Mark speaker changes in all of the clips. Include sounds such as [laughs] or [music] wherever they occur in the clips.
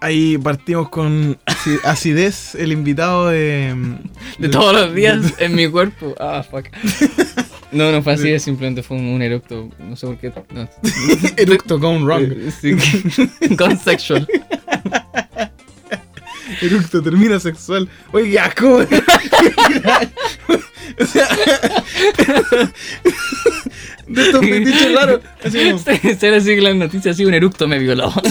Speaker 1: Ahí partimos con [laughs] aci- acidez, el invitado de.
Speaker 2: De todos los días en mi cuerpo. Ah, fuck. No, no fue así, es simplemente fue un eructo. No sé por qué. No.
Speaker 1: [laughs] Eructo gone [laughs] wrong.
Speaker 2: Eh, [laughs] sí, [laughs] Con sexual.
Speaker 1: Eructo termina sexual. Oye, qué [laughs] asco. O sea, [laughs] de estos fetiches raros. Así
Speaker 2: [laughs]
Speaker 1: como,
Speaker 2: Ser así que la noticia así, un eructo me violó. [laughs]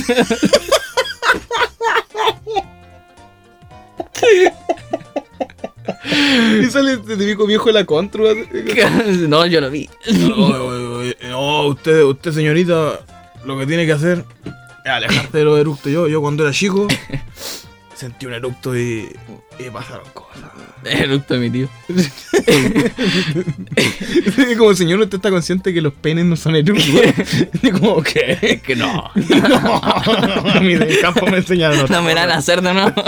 Speaker 1: y sale este típico viejo de la contra. así.
Speaker 2: No, yo lo vi.
Speaker 1: [laughs] Oye, oye, oye, No, usted, usted señorita, lo que tiene que hacer es alejarte de los eructos. Yo, yo cuando era [laughs] chico sentí un eructo y, y pasaron cosas.
Speaker 2: Eructo de mi tío.
Speaker 1: Y [laughs] como señor, usted está consciente que los penes no son [laughs] eructos. Y como, ¿qué? [laughs]
Speaker 2: Es que no.
Speaker 1: No, a mí del campo me enseñaron. otra
Speaker 2: No me dan
Speaker 1: cosa.
Speaker 2: a hacer de nuevo.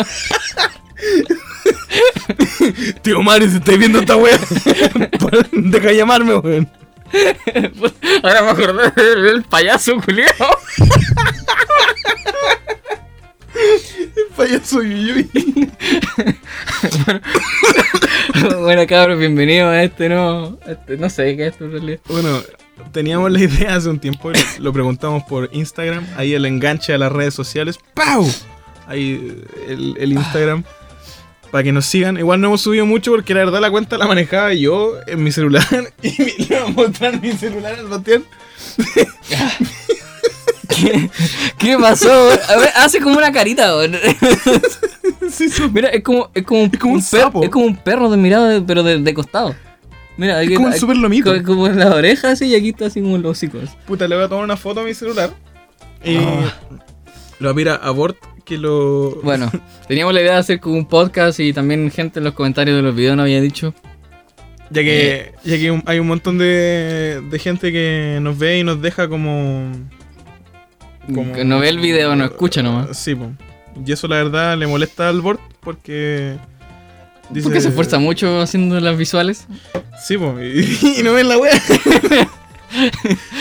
Speaker 2: [laughs]
Speaker 1: Tío Mario, si estáis viendo esta wea, [laughs] deja llamarme, weón.
Speaker 2: Ahora me acordé del payaso culiao. [laughs]
Speaker 1: El payaso Yuyuy.
Speaker 2: Bueno, cabros, bienvenidos a este nuevo. a este- no sé qué es esto en realidad.
Speaker 1: Bueno, teníamos la idea hace un tiempo, lo, lo preguntamos por Instagram, ahí el enganche a las redes sociales, ¡pau! Ahí el, el Instagram, para que nos sigan. Igual no hemos subido mucho porque la verdad la cuenta la manejaba yo en mi celular [laughs] y me- le voy a mostrar mi celular al Bastián.
Speaker 2: ¿Qué, qué pasó? A ver, hace como una carita, weón.
Speaker 1: [laughs] Sí, su-
Speaker 2: Mira, es como, es como, un,
Speaker 1: Es como un
Speaker 2: un perro-
Speaker 1: sapo.
Speaker 2: Es como un perro de mirada, de- pero de, de costado. Mira, aquí,
Speaker 1: Es como un
Speaker 2: aquí-
Speaker 1: super lomito.
Speaker 2: co- como en las orejas así, y aquí está así como los hocicos.
Speaker 1: Puta, le voy a tomar una foto a mi celular. Y
Speaker 2: Ah.
Speaker 1: lo voy a pedir a a Bort que lo... [laughs]
Speaker 2: Bueno, teníamos la idea de hacer como un podcast y también gente en los comentarios de los videos nos había dicho.
Speaker 1: Ya
Speaker 2: eh.
Speaker 1: que, ya que un- hay un montón de, de gente que nos ve y nos deja como... como- eh,
Speaker 2: que No ve el video, no escucha nomás.
Speaker 1: Sí, po. Y eso la verdad le molesta al Bort porque...
Speaker 2: Porque se esfuerza mucho haciendo las visuales.
Speaker 1: Sí, po. Y, [laughs] y no ven la wea.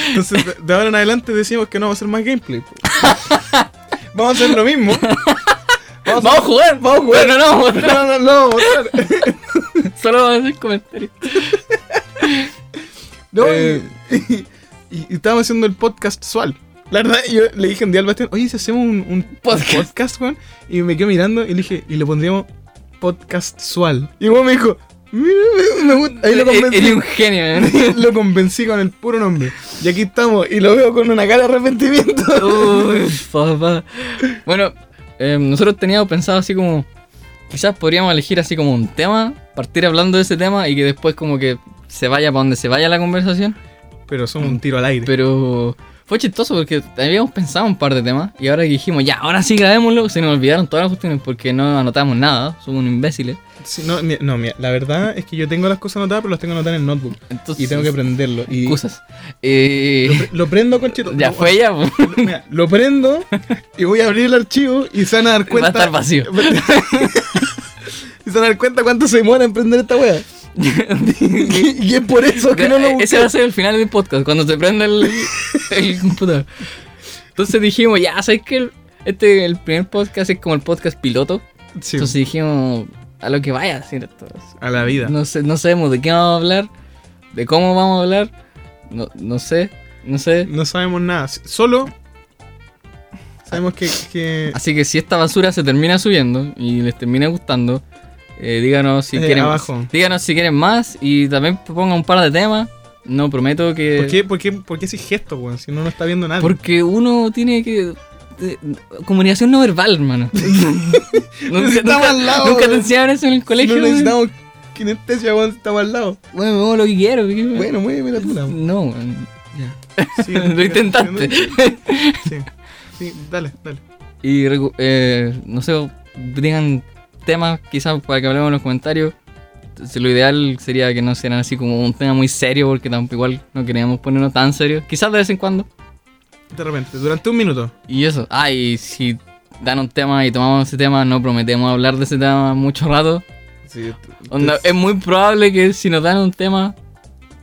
Speaker 1: Entonces, de- de ahora en adelante decimos que no va a ser más gameplay. [laughs] po. Vamos a hacer lo mismo.
Speaker 2: Vamos, a jugar, vamos a jugar. No, no,
Speaker 1: [laughs]
Speaker 2: no,
Speaker 1: No, no, no, vamos a mostrar.
Speaker 2: [laughs] solo vamos a hacer comentarios.
Speaker 1: No, y-
Speaker 2: Eh.
Speaker 1: y, y estábamos haciendo el podcast sual. La verdad, yo le dije un día al Bastián, oye, si hacemos un, un
Speaker 2: Podcast.
Speaker 1: podcast, weón. Y me quedó mirando y le dije, y le pondríamos podcast Eh, sual. Y luego me dijo, mira, me- me gusta. Ahí lo
Speaker 2: Eres
Speaker 1: convencí.
Speaker 2: un genio, ¿eh?
Speaker 1: [laughs] lo convencí con el puro nombre. Y aquí estamos, y lo veo con una cara de arrepentimiento.
Speaker 2: Uy, papá. Bueno, eh, nosotros teníamos pensado así como. Quizás podríamos elegir así como un tema, partir hablando de ese tema y que después como que se vaya para donde se vaya la conversación.
Speaker 1: [laughs] Pero somos un tiro al aire.
Speaker 2: Pero fue chistoso porque habíamos pensado un par de temas y ahora que dijimos, ya, ahora sí grabémoslo, se nos olvidaron todas las cuestiones porque no anotamos nada, somos unos imbéciles.
Speaker 1: Sí, no, mi- no, mira, la verdad es que yo tengo las cosas anotadas, pero las tengo anotadas en el notebook.
Speaker 2: Entonces,
Speaker 1: Y tengo que prenderlo. Y
Speaker 2: excusas. Eh, [laughs]
Speaker 1: lo, pre- lo prendo con chito.
Speaker 2: ya fue
Speaker 1: [laughs]
Speaker 2: ya, po.
Speaker 1: Mira, lo prendo y voy a abrir el archivo y se van a dar
Speaker 2: va a
Speaker 1: cuenta. [laughs]
Speaker 2: estar vacío.
Speaker 1: y se van a dar cuenta cuánto se demora en prender esta
Speaker 2: [laughs]
Speaker 1: wea. [laughs] y, y es por eso que no lo busqué.
Speaker 2: eh, Ese va a ser el final del podcast, cuando se prenda el, [laughs] el computador. Entonces dijimos, ya, ¿sabes que Este, el primer podcast es como el podcast piloto.
Speaker 1: Sí,
Speaker 2: Entonces dijimos, a lo que vaya, ¿cierto?
Speaker 1: A la vida.
Speaker 2: No, sé, no sabemos de qué vamos a hablar, de cómo vamos a hablar, no, no sé, no sé.
Speaker 1: No sabemos nada. Solo sabemos que. que
Speaker 2: Así que si esta basura se termina subiendo y les termina gustando, eh, díganos si
Speaker 1: Eh,
Speaker 2: quieren
Speaker 1: abajo.
Speaker 2: Díganos si quieren más y también pongan un par de temas. No prometo que...
Speaker 1: ¿por, qué, por, qué, ¿Por qué ese gesto, weón? Si no no está viendo [laughs] nada.
Speaker 2: Porque uno tiene que. eh, comunicación no
Speaker 1: [laughs]
Speaker 2: verbal, hermano. nunca,
Speaker 1: Necesitamos
Speaker 2: nunca-
Speaker 1: al lado,
Speaker 2: nunca te
Speaker 1: weón.
Speaker 2: enseñaron eso en el
Speaker 1: no
Speaker 2: colegio. weón.
Speaker 1: necesitamos kinestesia, weón. si Estamos al lado.
Speaker 2: Bueno, me hago lo que quiero. ¿qué?
Speaker 1: Bueno, muéveme la tula. weón.
Speaker 2: No, weón. [laughs]
Speaker 1: Sí,
Speaker 2: lo intentaste.
Speaker 1: Sí. Sí, dale, dale.
Speaker 2: y recu- eh, no sé, digan temas quizás para que hablemos en los comentarios. Entonces, lo ideal sería que no sean así como un tema muy serio, porque tampoco igual no queríamos ponernos tan serios. Quizás de vez en cuando.
Speaker 1: De repente, durante un minuto.
Speaker 2: Y eso, ah, y si dan un tema y tomamos ese tema, no prometemos hablar de ese tema mucho rato.
Speaker 1: Sí,
Speaker 2: Onda, es muy probable que si nos dan un tema,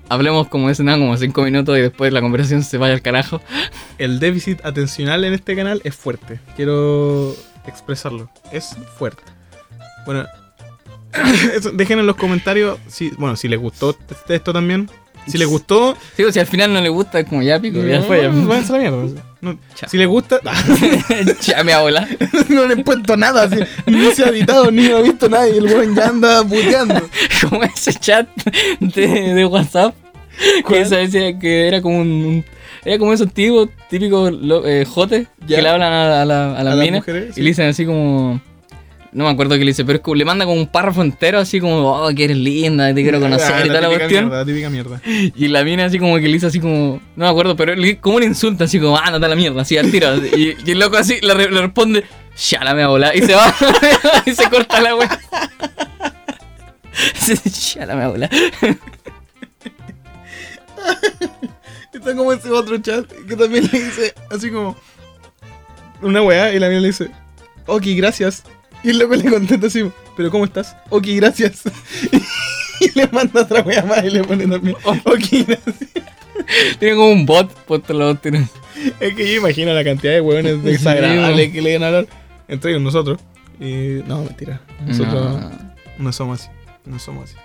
Speaker 2: hablemos como eso, nada, como cinco minutos y después la conversación se vaya al carajo.
Speaker 1: El déficit atencional en este canal es fuerte. Quiero expresarlo. Es fuerte. Bueno, [coughs] eso, dejen en los comentarios si, bueno, si les gustó este- esto también. Si les gustó,
Speaker 2: Sí, o si al final no le gusta, es como ya pico, ya
Speaker 1: no,
Speaker 2: fue. ya.
Speaker 1: [laughs] váyanse a la mierda. No,
Speaker 2: Chao.
Speaker 1: si les gusta,
Speaker 2: [laughs]
Speaker 1: [laughs]
Speaker 2: ya me [laughs] abuela.
Speaker 1: no le he puesto nada. así, ni se ha editado, ni lo ha visto nadie. El weón ya anda puteando.
Speaker 2: Como ese chat de, de WhatsApp. Que,
Speaker 1: ¿Cuál?
Speaker 2: se decía que era como un, un- Era como esos tipos típicos lo- eh, jotes
Speaker 1: Ya.
Speaker 2: que le hablan a, la- a la, a
Speaker 1: las
Speaker 2: las minas
Speaker 1: mujeres, sí.
Speaker 2: y le dicen así como. No me acuerdo qué le dice, pero es como- le manda como un párrafo entero así como, oh, que eres linda, te [laughs] quiero conocer
Speaker 1: Ah,
Speaker 2: y toda la
Speaker 1: típica
Speaker 2: cuestión.
Speaker 1: mierda, la típica mierda.
Speaker 2: [laughs] Y la mina así como que le dice así como, no me acuerdo, pero le- como le insulta así como, ah, no a la mierda, así al tiro. así. Y, y el loco así le, re- le responde, ya la me volar. Y se va [laughs] y se corta la wea. [laughs] Ya la me volar.
Speaker 1: Está como ese otro chat que también le dice así como una weá y la mía le dice, ok, gracias. Y el loco le contesta así, pero ¿cómo estás? Ok, gracias. [laughs] Y le manda otra weá más y le pone también, ok, gracias.
Speaker 2: Tiene como un bot por todos lados. tiene-
Speaker 1: Es que yo imagino la cantidad de weones desagradables que le iban a hablar entre ellos nosotros. Y no, mentira. Nosotros no,
Speaker 2: No,
Speaker 1: somos así. No somos así.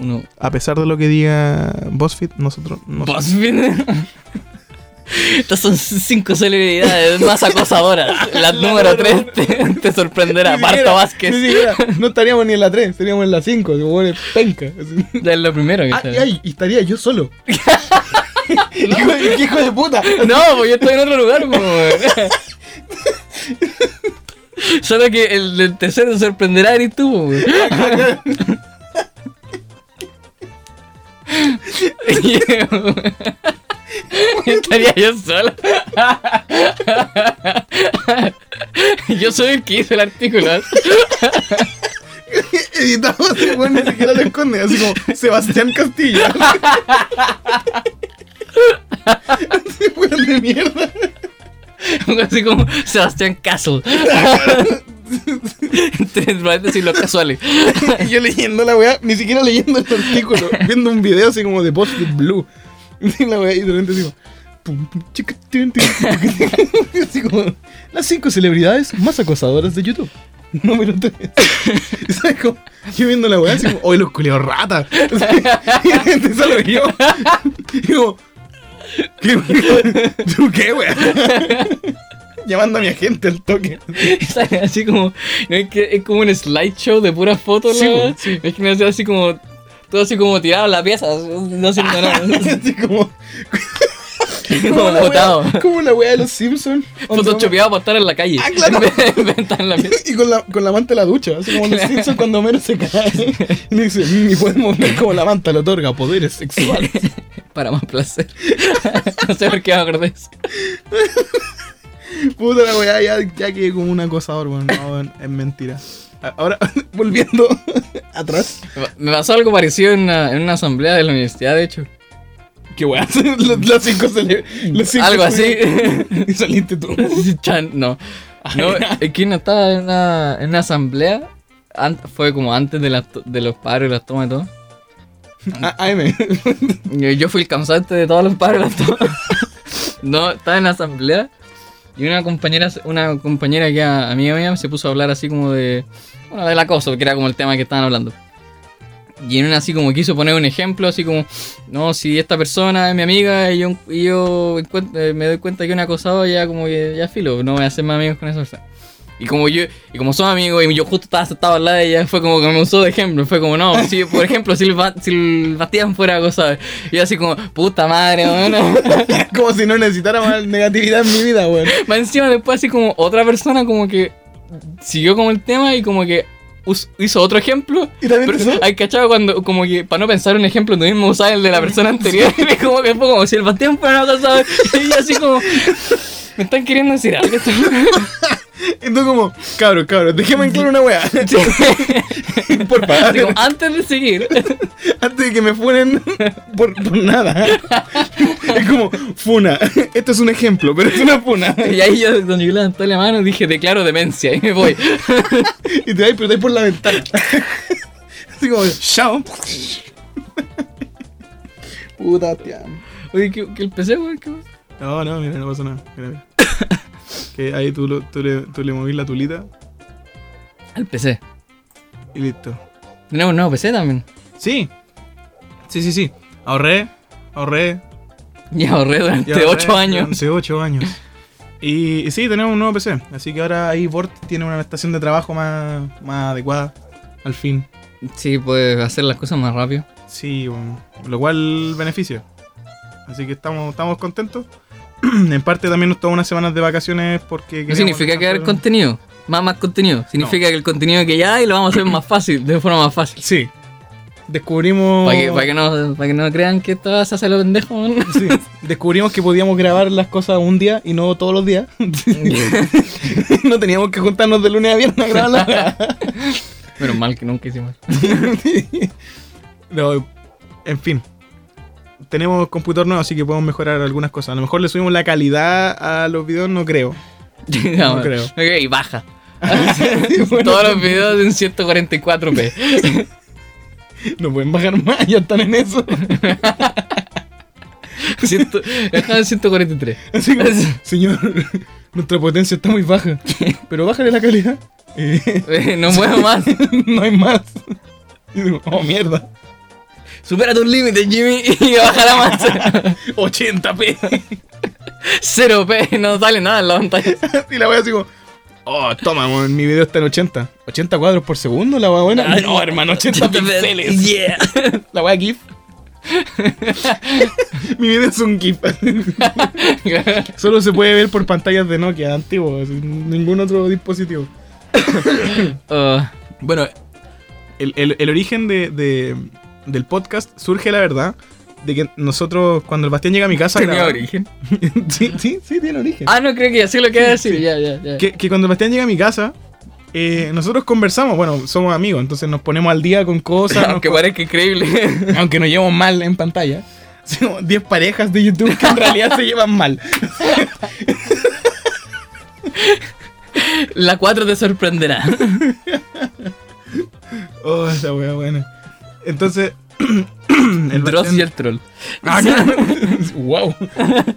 Speaker 2: uno.
Speaker 1: A pesar de lo que diga BuzzFeed, nosotros no somos
Speaker 2: [laughs] BuzzFeed. Estas son cinco celebridades más acosadoras. La, número
Speaker 1: número
Speaker 2: 3 te, te sorprenderá.
Speaker 1: Ni
Speaker 2: Marta
Speaker 1: siquiera-
Speaker 2: Vázquez.
Speaker 1: ni siquiera, no estaríamos ni en la 3, estaríamos en la 5, que hueón es penca. Así.
Speaker 2: Es lo primero que
Speaker 1: Ay,
Speaker 2: sale.
Speaker 1: ay, Ah, y estaría yo solo. [laughs] hijo, de- qué hijo de puta.
Speaker 2: [laughs] No, pues yo estoy en otro lugar, pues, weón. [laughs] Solo que el, del tercero te sorprenderá eres tú, pues, weón. Yeah, weón. [laughs] Estaría yo solo. [laughs] Yo soy el que hizo el artículo.
Speaker 1: [laughs]
Speaker 2: ¿eh?
Speaker 1: Editamos ese weón ni siquiera lo esconde, así como Sebastián Castillo. [laughs] Ese weón de mierda.
Speaker 2: Así como Sebastián Castle. [laughs] Entre paréntesis, los casuales.
Speaker 1: Y [laughs] yo leyendo la weá, ni siquiera leyendo el artículo, viendo un video así como de Post Blue. [laughs] Y la weá, y de repente digo. pum, pum, chica, tin, tin, tin. [laughs] Así como, las cinco celebridades más acosadoras de YouTube. [laughs] Número [laughs] 3. ¿Sabes cómo? Yo viendo la weá, así como, hoy los culiados ratas. [laughs] Y de repente salgo yo. [laughs] Y digo, ¿qué [laughs] weá? ¿Tú qué weá? [laughs] Llamando a mi agente al toque.
Speaker 2: Sale así como. ¿no? Es, que es como un slideshow de puras fotos,
Speaker 1: Sí,
Speaker 2: la
Speaker 1: bo,
Speaker 2: verdad. Es que me hace así como. Todo así como tirado a la pieza, no haciendo
Speaker 1: [laughs]
Speaker 2: nada.
Speaker 1: Así como.
Speaker 2: como
Speaker 1: la
Speaker 2: botado.
Speaker 1: wea- como la wea de los Simpsons.
Speaker 2: [laughs] Photoshopeado para estar en la calle.
Speaker 1: Ah, claro.
Speaker 2: En vez de- [laughs] en vez de estar en la pieza.
Speaker 1: [laughs] Y con la, con la manta de la ducha, así como los Simpsons cuando Homero se cae. Y le dice, "Mm, y pueden mover como la manta le otorga poderes
Speaker 2: [laughs]
Speaker 1: sexuales.
Speaker 2: Para más placer. [laughs] no sé por qué me acordé de eso.
Speaker 1: Puta la weá, ya, ya quedé como un acosador, weón. No, weón, es mentira. A- Ahora, [laughs] volviendo atrás.
Speaker 2: Me pasó algo parecido en una, en una asamblea de la universidad, de hecho. [laughs]
Speaker 1: Qué [laughs] weá, los, los cinco cele- los cinco
Speaker 2: Algo así.
Speaker 1: [laughs] Y saliste tú.
Speaker 2: Chan, no. No, es que no estaba en una, en una asamblea. An- fue como antes de, las to- de los paros y las tomas y todo.
Speaker 1: A- AM.
Speaker 2: Yo, Eh, yo fui el causante de todos los paros. todo. [laughs] no, estaba en la asamblea y una compañera, una compañera que era amiga mía se puso a hablar así como de, bueno, del acoso, que era como el tema que estaban hablando. Y en una así como quiso poner un ejemplo, así como, no, si esta persona es mi amiga y yo, y yo encuent- eh, me doy cuenta que es un acosado, ya como que ya filo, no voy a hacer más amigos con esa persona. Y como yo, y como son amigos, y yo justo estaba sentado al lado de ella, fue como que me usó de ejemplo. Fue como, no,
Speaker 1: [laughs]
Speaker 2: si, por ejemplo, si el, Ba- si el Bastián fuera acosado. Y yo así como, puta madre, bueno.
Speaker 1: [laughs] [laughs] Como si no necesitara más negatividad en mi vida, weón.
Speaker 2: Más encima después así como otra persona como que siguió como el tema y como que us- hizo otro ejemplo.
Speaker 1: Y también
Speaker 2: Pero
Speaker 1: te sube.
Speaker 2: hay cachado cuando como que para no pensar un ejemplo tú mismo usar el de la persona anterior. [laughs] Y como que fue como si el Bastián fuera una cosa. Y yo así como me están queriendo
Speaker 1: [laughs]
Speaker 2: decir algo. Esto-
Speaker 1: Y tú como, cabros, cabros, déjeme en claro una weá. [laughs] Por favor.
Speaker 2: Así como, antes de seguir,
Speaker 1: Antes de que me funen por, por nada. Es como, funa. Esto es un ejemplo, pero es una funa.
Speaker 2: [laughs] y ahí yo don Miguel levantó la mano y dije declaro demencia [laughs] y me voy.
Speaker 1: Y te dais, pero te [laughs] dais por la ventana. Así como, chao. Puta, tía.
Speaker 2: Oye, que, que el PC, weón, que-
Speaker 1: No, no, mira, no pasa nada. Mira, mira. que ahí tú, lo- tú le, tú le movís la tulita
Speaker 2: Al PC.
Speaker 1: y listo.
Speaker 2: Tenemos un nuevo PC también.
Speaker 1: Sí. Sí, sí, sí. Ahorré, ahorré.
Speaker 2: Ya
Speaker 1: [laughs]
Speaker 2: ahorré
Speaker 1: y
Speaker 2: durante
Speaker 1: ahorré
Speaker 2: 8 años.
Speaker 1: Durante 8 años. Y, y sí, tenemos un nuevo PC. Así que ahora ahí Bort tiene una estación de trabajo más, más adecuada. Al fin.
Speaker 2: Sí, puedes hacer las cosas más rápido.
Speaker 1: Sí, bueno, lo cual beneficia. Así que estamos, estamos contentos. [clears throat] en parte también nos tomamos unas semanas de vacaciones porque...
Speaker 2: No
Speaker 1: queríamos
Speaker 2: significa que haber
Speaker 1: descansar.
Speaker 2: contenido. Más, más contenido. Significa que el contenido que ya hay lo vamos a hacer más fácil, de forma más fácil.
Speaker 1: Sí. Descubrimos...
Speaker 2: Para que, pa' que no, pa' que no crean que todo se hace lo pendejo. ¿no?
Speaker 1: Sí, descubrimos que podíamos grabar las cosas un día y no todos los
Speaker 2: [laughs]
Speaker 1: días. [laughs] no teníamos que juntarnos de lunes a viernes a grabar las
Speaker 2: [laughs]
Speaker 1: weas.
Speaker 2: Pero mal que nunca hicimos.
Speaker 1: [laughs] No, en fin. Tenemos computador nuevo, así que podemos mejorar algunas cosas. A lo mejor le subimos la calidad a los videos, no creo.
Speaker 2: no
Speaker 1: creo.
Speaker 2: Y baja. Todos los videos en 144p.
Speaker 1: [laughs] No pueden bajar más, ya están en eso.
Speaker 2: Ciento- [laughs] Deja en 143.
Speaker 1: [laughs] Así [laughs] como, señor, nuestra potencia está muy baja. Pero bájale la calidad. Eh, [laughs]
Speaker 2: Eh, No muevo más.
Speaker 1: no hay más. Y digo, oh, [laughs] mierda.
Speaker 2: Supera tus límites, Jimmy, [laughs] y baja la [laughs] más.
Speaker 1: [laughs] 80p.
Speaker 2: 0p, no sale nada en la pantalla.
Speaker 1: Y la wea así como, oh, toma, mon, mi video está en 80. 80 cuadros por segundo, la wea
Speaker 2: Ah,
Speaker 1: buena. No, hermano, 80 píxeles.
Speaker 2: Yeah.
Speaker 1: [laughs] La wea GIF. mi video es un [laughs] GIF.
Speaker 2: [laughs]
Speaker 1: Solo se puede ver por pantallas de Nokia antiguos, ningún otro dispositivo.
Speaker 2: Ah,
Speaker 1: Bueno, el, el- el origen de, de- del podcast surge, la verdad, de que nosotros, cuando el Bastián llega a mi casa... a
Speaker 2: [laughs] tenía
Speaker 1: grabar-
Speaker 2: origen.
Speaker 1: [laughs] sí, sí, sí, tiene origen.
Speaker 2: Ah, no creo que ya sé lo que iba a decir. Ya, ya, ya.
Speaker 1: Que, que cuando el Bastián llega a mi casa, eh, nosotros conversamos, bueno, somos amigos, entonces nos ponemos al día con cosas, nos
Speaker 2: Aunque parezca increíble.
Speaker 1: aunque nos llevamos mal en pantalla. Así como 10 parejas de YouTube que en realidad se llevan mal.
Speaker 2: [laughs] La 4 te sorprenderá.
Speaker 1: Oh, esa wea buena. Entonces. [clears throat] el
Speaker 2: [laughs] Dross
Speaker 1: Bastián-
Speaker 2: y el troll. [laughs]
Speaker 1: Ah, claro. [laughs] ¡Wow!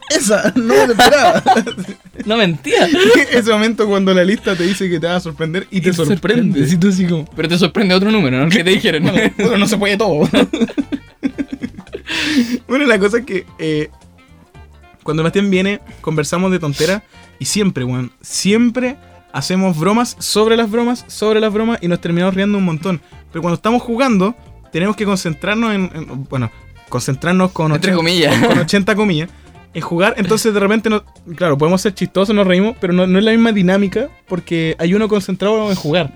Speaker 1: Esa, no me la esperaba. [laughs]
Speaker 2: No mentía.
Speaker 1: Ese momento cuando la lista te dice que te va a sorprender y te
Speaker 2: te
Speaker 1: sorprende.
Speaker 2: sorprende.
Speaker 1: Y tú así como,
Speaker 2: Pero te sorprende otro número, ¿no? Que te dijeron.
Speaker 1: [laughs] bueno, no se puede todo. [laughs] bueno, la cosa es que eh, cuando Bastián viene, conversamos de tontera y siempre, weón, siempre hacemos bromas sobre las bromas, sobre las bromas y nos terminamos riendo un montón. Pero cuando estamos jugando, tenemos que concentrarnos en, en- bueno, concentrarnos con 80
Speaker 2: Entre comillas.
Speaker 1: con 80 comillas. En jugar, entonces de repente, no, claro, podemos ser chistosos, nos reímos, pero no, no es la misma dinámica porque hay uno concentrado en jugar.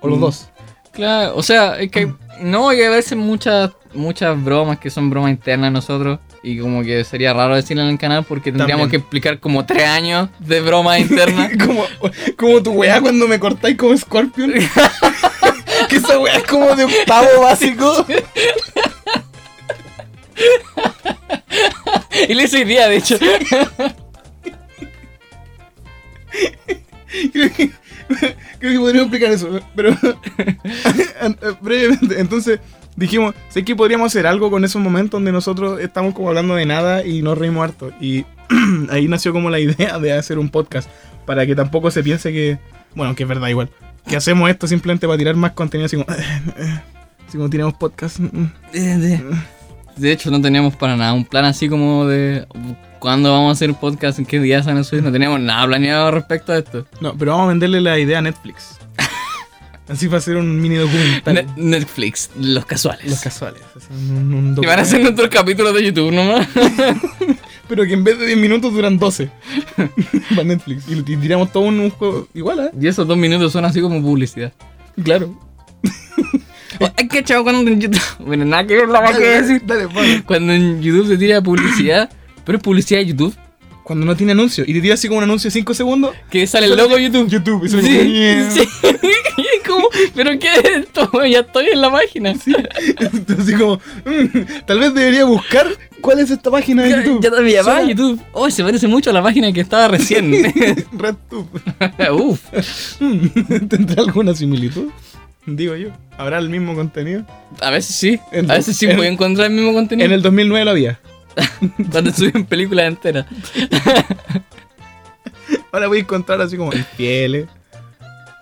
Speaker 1: O los
Speaker 2: Mm.
Speaker 1: dos.
Speaker 2: Claro, o sea, es que no, hay a veces muchas muchas bromas que son bromas internas de nosotros y como que sería raro decirlo en el canal porque tendríamos
Speaker 1: También.
Speaker 2: que explicar como tres años de
Speaker 1: [laughs]
Speaker 2: bromas internas.
Speaker 1: como, como tu weá cuando me cortáis como Scorpion. que esa weá es como de octavo básico.
Speaker 2: y le hice día, de hecho.
Speaker 1: Creo que, creo que podríamos explicar eso, pero an- brevemente. Entonces dijimos, sé que podríamos hacer algo con esos momentos donde nosotros estamos como hablando de nada y nos reímos harto. Y [clears throat] ahí nació como la idea de hacer un podcast para que tampoco se piense que, bueno, que es verdad igual, que hacemos esto simplemente para tirar más contenido así como, [laughs] así como tiramos podcast. mm,
Speaker 2: De hecho, no teníamos para nada un plan así como de cuándo vamos a hacer podcast, en qué día se van a subir, no teníamos nada planeado respecto a esto.
Speaker 1: No, pero vamos a venderle la idea a
Speaker 2: [laughs]
Speaker 1: Netflix. Así va a ser un mini documental.
Speaker 2: Ne- Netflix, los casuales.
Speaker 1: los casuales. así, un- un
Speaker 2: y van a hacer otros capítulos de YouTube nomás.
Speaker 1: [laughs] Pero que en vez de 10 minutos duran
Speaker 2: [laughs]
Speaker 1: 12. Para Netflix. Y, y tiramos todo un, un juego igual, ¿eh?
Speaker 2: y esos dos minutos son así como publicidad.
Speaker 1: Claro. [laughs]
Speaker 2: Hay que chavo cuando en YouTube. [laughs] Bueno, nada que ver, nada que decir.
Speaker 1: Dale, dale,
Speaker 2: Cuando en YouTube se tira publicidad, pero es publicidad de YouTube,
Speaker 1: Cuando no tiene anuncio. Y te tira así como un anuncio de 5 segundos. [laughs]
Speaker 2: que sale el logo de YouTube.
Speaker 1: YouTube. Y sale como,
Speaker 2: Sí,
Speaker 1: "Yeah".
Speaker 2: sí. [laughs] Y es como, ¿pero qué es esto? güey? Ya estoy en la página.
Speaker 1: Entonces, así como, "Mm, tal vez debería buscar cuál es esta página de
Speaker 2: Ya,
Speaker 1: YouTube.
Speaker 2: ya también va
Speaker 1: Suena-
Speaker 2: YouTube. Oh, se parece mucho a la página que estaba
Speaker 1: [laughs]
Speaker 2: recién. [laughs]
Speaker 1: RedTube.
Speaker 2: Uf.
Speaker 1: Mm, ¿Tendrá alguna similitud? digo yo. ¿Habrá el mismo contenido?
Speaker 2: A veces sí.
Speaker 1: En-
Speaker 2: a veces sí
Speaker 1: en-
Speaker 2: voy a encontrar el mismo contenido.
Speaker 1: En el 2009 lo había.
Speaker 2: Cuando suben películas
Speaker 1: [laughs]
Speaker 2: enteras.
Speaker 1: Ahora voy a encontrar así como infieles.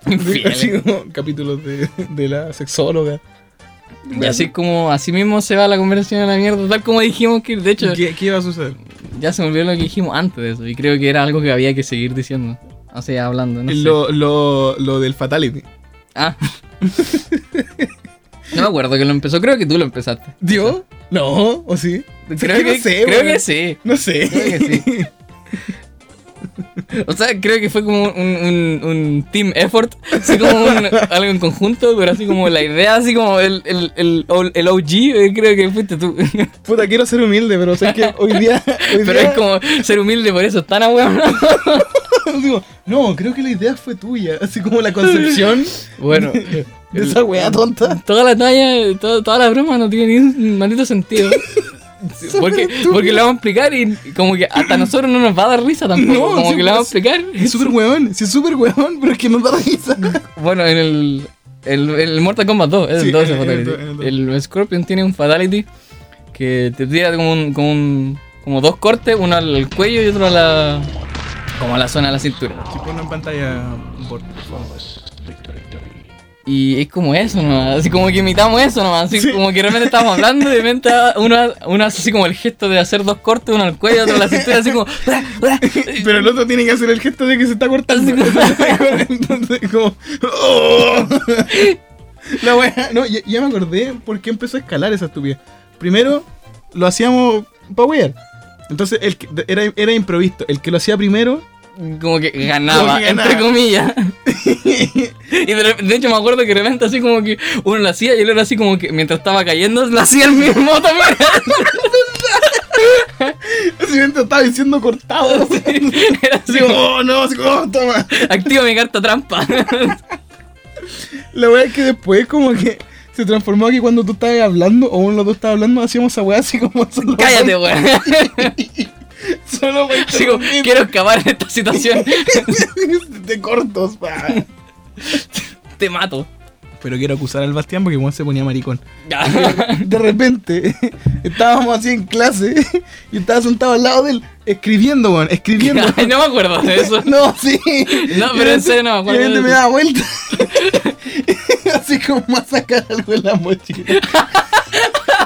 Speaker 1: Así
Speaker 2: [laughs] Infieles.
Speaker 1: como capítulos de, de la sexóloga.
Speaker 2: Y así como así mismo se va la conversación a la mierda, tal como dijimos que de hecho
Speaker 1: ¿Qué, ¿Qué iba a suceder?
Speaker 2: ya se me olvidó lo que dijimos antes de eso y creo que era algo que había que seguir diciendo, o sea, hablando, no sé.
Speaker 1: Lo, lo, lo del fatality.
Speaker 2: Ah. [laughs] no me acuerdo que lo empezó, creo que tú lo empezaste.
Speaker 1: ¿Dios? No, ¿o sí? Es
Speaker 2: Creo que,
Speaker 1: no sé,
Speaker 2: creo
Speaker 1: weón.
Speaker 2: que sí.
Speaker 1: No sé.
Speaker 2: Creo que sí. O sea, creo que fue como un, un- un team effort, así como
Speaker 1: [laughs]
Speaker 2: un- algo en conjunto, pero así como la idea, así como el, el, el, el OG, eh, creo que
Speaker 1: [laughs]
Speaker 2: fuiste tú.
Speaker 1: [laughs] Puta, quiero ser humilde, pero sé que hoy
Speaker 2: [laughs]
Speaker 1: día. hoy
Speaker 2: Pero
Speaker 1: día-
Speaker 2: es como ser humilde, por eso tan a weón.
Speaker 1: [laughs] digo, no, creo que la idea fue tuya. Así como la concepción
Speaker 2: Bueno,
Speaker 1: de [laughs] esa weá tonta.
Speaker 2: [laughs] toda la talla, to- toda la broma no tiene ni un maldito sentido.
Speaker 1: [laughs]
Speaker 2: Porque, porque lo vamos a explicar y como que hasta nosotros no nos va a dar risa tampoco.
Speaker 1: No,
Speaker 2: como
Speaker 1: sí,
Speaker 2: que lo vamos a
Speaker 1: pues-
Speaker 2: explicar.
Speaker 1: Es súper weón, sí, es súper weón, pero es que nos da
Speaker 2: [laughs]
Speaker 1: risa.
Speaker 2: Bueno, en el, el, el Mortal Kombat 2, es
Speaker 1: Sí,
Speaker 2: el
Speaker 1: en-
Speaker 2: 2 el
Speaker 1: en el
Speaker 2: Fatality.
Speaker 1: do- en el do-
Speaker 2: El, Scorpion tiene un Fatality que te tira como, un- como, un- como dos cortes, uno al cuello y otro a la, como a la zona de la cintura.
Speaker 1: Si ponlo en pantalla, por favor.
Speaker 2: Y es como eso nomás, así como que imitamos eso nomás, así como que realmente estábamos hablando y de repente uno, uno hace así como el gesto de hacer dos cortes, uno al cuello, otro a la cintura,
Speaker 1: [laughs]
Speaker 2: así como... "Bra, bra".
Speaker 1: Pero el otro tiene que hacer el gesto de que se está cortando. [laughs] Entonces, como. ¡Oh! La wea. No, ya, ya me acordé por qué empezó a escalar esa estupidez. Primero, lo hacíamos para wear. Entonces, el que- era, era improvisto. El que lo hacía primero
Speaker 2: Como que ganaba,
Speaker 1: Como que ganaba.
Speaker 2: entre comillas. [laughs] y de, re- de hecho me acuerdo que de repente así como que uno lo hacía y el otro así como que mientras estaba cayendo lo hacía el [laughs] mismo también.
Speaker 1: Simplemente estaba diciendo
Speaker 2: [laughs]
Speaker 1: cortado.
Speaker 2: Era así
Speaker 1: Así
Speaker 2: como,
Speaker 1: como, oh, no, así como, oh, toma.
Speaker 2: activa mi carta
Speaker 1: [laughs]
Speaker 2: trampa.
Speaker 1: La weá es que después como que se transformó a que cuando tú estabas hablando o uno de los dos estaba hablando, hacíamos esa weá así como... Solo
Speaker 2: Cállate, weón.
Speaker 1: Solo weá. [laughs]
Speaker 2: Así como, quiero escapar de esta situación.
Speaker 1: De cortos, pa.
Speaker 2: Te mato.
Speaker 1: Pero quiero acusar al Bastián porque Juan se ponía maricón.
Speaker 2: Ya.
Speaker 1: De repente, estábamos así en clase y estaba sentado al lado de él, escribiendo, weón,
Speaker 2: [laughs]
Speaker 1: escribiendo.
Speaker 2: Ay, no me acuerdo
Speaker 1: [laughs]
Speaker 2: de eso.
Speaker 1: No, sí.
Speaker 2: No, pero en serio no me
Speaker 1: me
Speaker 2: acuerdo
Speaker 1: Y de repente
Speaker 2: de
Speaker 1: me
Speaker 2: eso.
Speaker 1: daba vuelta. [laughs] Así como a sacar algo de la mochila.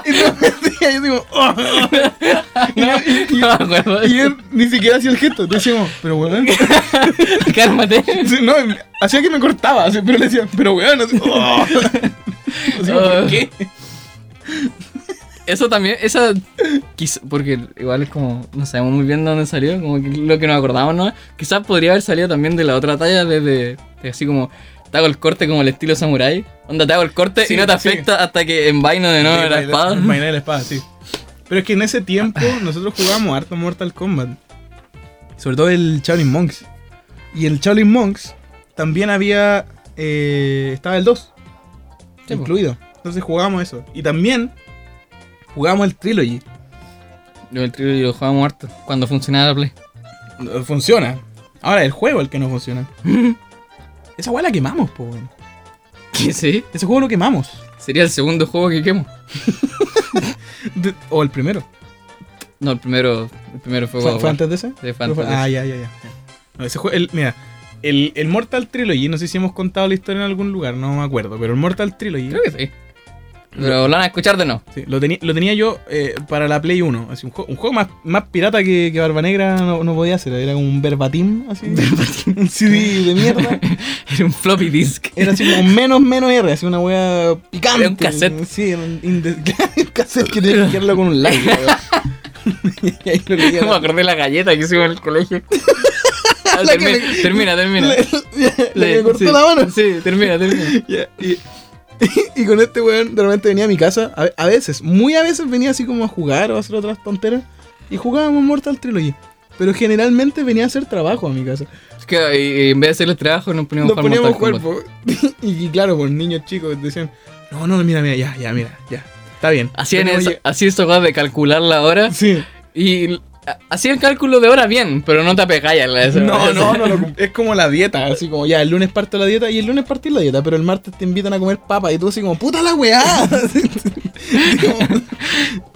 Speaker 1: Y no me decía, yo digo, oh. Y yo- y-
Speaker 2: No me acuerdo de
Speaker 1: y
Speaker 2: eso.
Speaker 1: él ni siquiera hacía el gesto. Decíamos, pero weón.
Speaker 2: Cálmate.
Speaker 1: Sí, no, hacía que me cortaba, así, pero le decía, pero weón. así, oh. Así,
Speaker 2: [laughs] Oh.
Speaker 1: ¿Por qué?
Speaker 2: Eso también, esa. quiz- porque igual es como. No sabemos muy bien de dónde salió, como que lo que nos acordamos, ¿no? Quizás podría haber salido también de la otra talla, desde. de así como. Te hago el corte como el estilo samurai. Onda, te hago el corte
Speaker 1: Sí,
Speaker 2: y no te
Speaker 1: sí.
Speaker 2: afecta hasta que envaino de nuevo
Speaker 1: Sí,
Speaker 2: la
Speaker 1: baila-
Speaker 2: espada.
Speaker 1: baila de la espada, sí. Pero es que en ese tiempo nosotros jugábamos harto Mortal Kombat. Sobre todo el Shaolin Monks. Y el Shaolin Monks también había. eh, estaba el 2
Speaker 2: Sí, po.
Speaker 1: incluido. Entonces jugábamos eso. Y también jugábamos el Trilogy.
Speaker 2: Yo el trío lo jugaba muerto cuando funcionaba la play. [laughs]
Speaker 1: Eh, Funciona. Ahora el juego es el que no
Speaker 2: [laughs]
Speaker 1: funciona. Esa weá la quemamos, po, weón.
Speaker 2: ¿Qué sí?
Speaker 1: Ese juego lo quemamos.
Speaker 2: Sería el segundo juego que quemo.
Speaker 1: De- o el primero.
Speaker 2: No, el primero. El primero fue.
Speaker 1: ¿Fue,
Speaker 2: God of
Speaker 1: fue
Speaker 2: War.
Speaker 1: antes de ese?
Speaker 2: Sí, fue
Speaker 1: Pero fue-
Speaker 2: antes de
Speaker 1: ah,
Speaker 2: ese.
Speaker 1: ya, ya, ya. No, ese juego, el- mira, el, el Mortal Trilogy, no sé si hemos contado la historia en algún lugar, no me acuerdo, pero el Mortal Trilogy
Speaker 2: Creo que sí. Pero lo van a escuchar de no.
Speaker 1: sí, lo, tenía- lo tenía yo eh, para la Play 1. Así, un, juego, un juego más, más pirata que, que Barba Negra no, no podía hacer, era como un verbatim,
Speaker 2: [laughs]
Speaker 1: así. un CD de mierda.
Speaker 2: [laughs] Era un floppy disk.
Speaker 1: Era así como menos, menos R, así una wea picante.
Speaker 2: Era un cassette.
Speaker 1: Sí, era un, inde- [laughs] un cassette que tenía que quitarlo con un like. [laughs] y ahí lo
Speaker 2: [laughs]
Speaker 1: leía.
Speaker 2: me acordé de la galleta que hicimos en el [laughs] colegio. Ah,
Speaker 1: La que
Speaker 2: termina,
Speaker 1: me-
Speaker 2: termina, termina.
Speaker 1: Le, le- le
Speaker 2: Sí,
Speaker 1: cortó
Speaker 2: sí,
Speaker 1: la mano.
Speaker 2: Sí, termina, termina.
Speaker 1: Ya, y, y con este weón de repente venía a mi casa, a, a veces, muy a veces venía así como a jugar o a hacer otras tonteras. Y jugábamos Mortal Trilogy. Pero generalmente venía a hacer trabajo a mi casa.
Speaker 2: Es que eh, en vez de hacer el trabajo nos poníamos
Speaker 1: Nos
Speaker 2: a jugar
Speaker 1: poníamos
Speaker 2: Mortal Kombat.
Speaker 1: cuerpo. [laughs] Y, y claro, pues niños chicos decían, no, no, mira, mira, ya, ya, mira, ya. Está bien.
Speaker 2: Hacían
Speaker 1: Tenemos
Speaker 2: eso,
Speaker 1: ya-
Speaker 2: así eso de calcular la hora
Speaker 1: Sí.
Speaker 2: y hacía el cálculo de hora bien, pero no te apegáis a la [laughs] esa
Speaker 1: No,
Speaker 2: hora.
Speaker 1: no, no, lo cum- es como la dieta, así como ya, el lunes parto la dieta y el lunes partí la dieta, pero el martes te invitan a comer papa y tú así como, puta la weá. [laughs] Como-
Speaker 2: [laughs]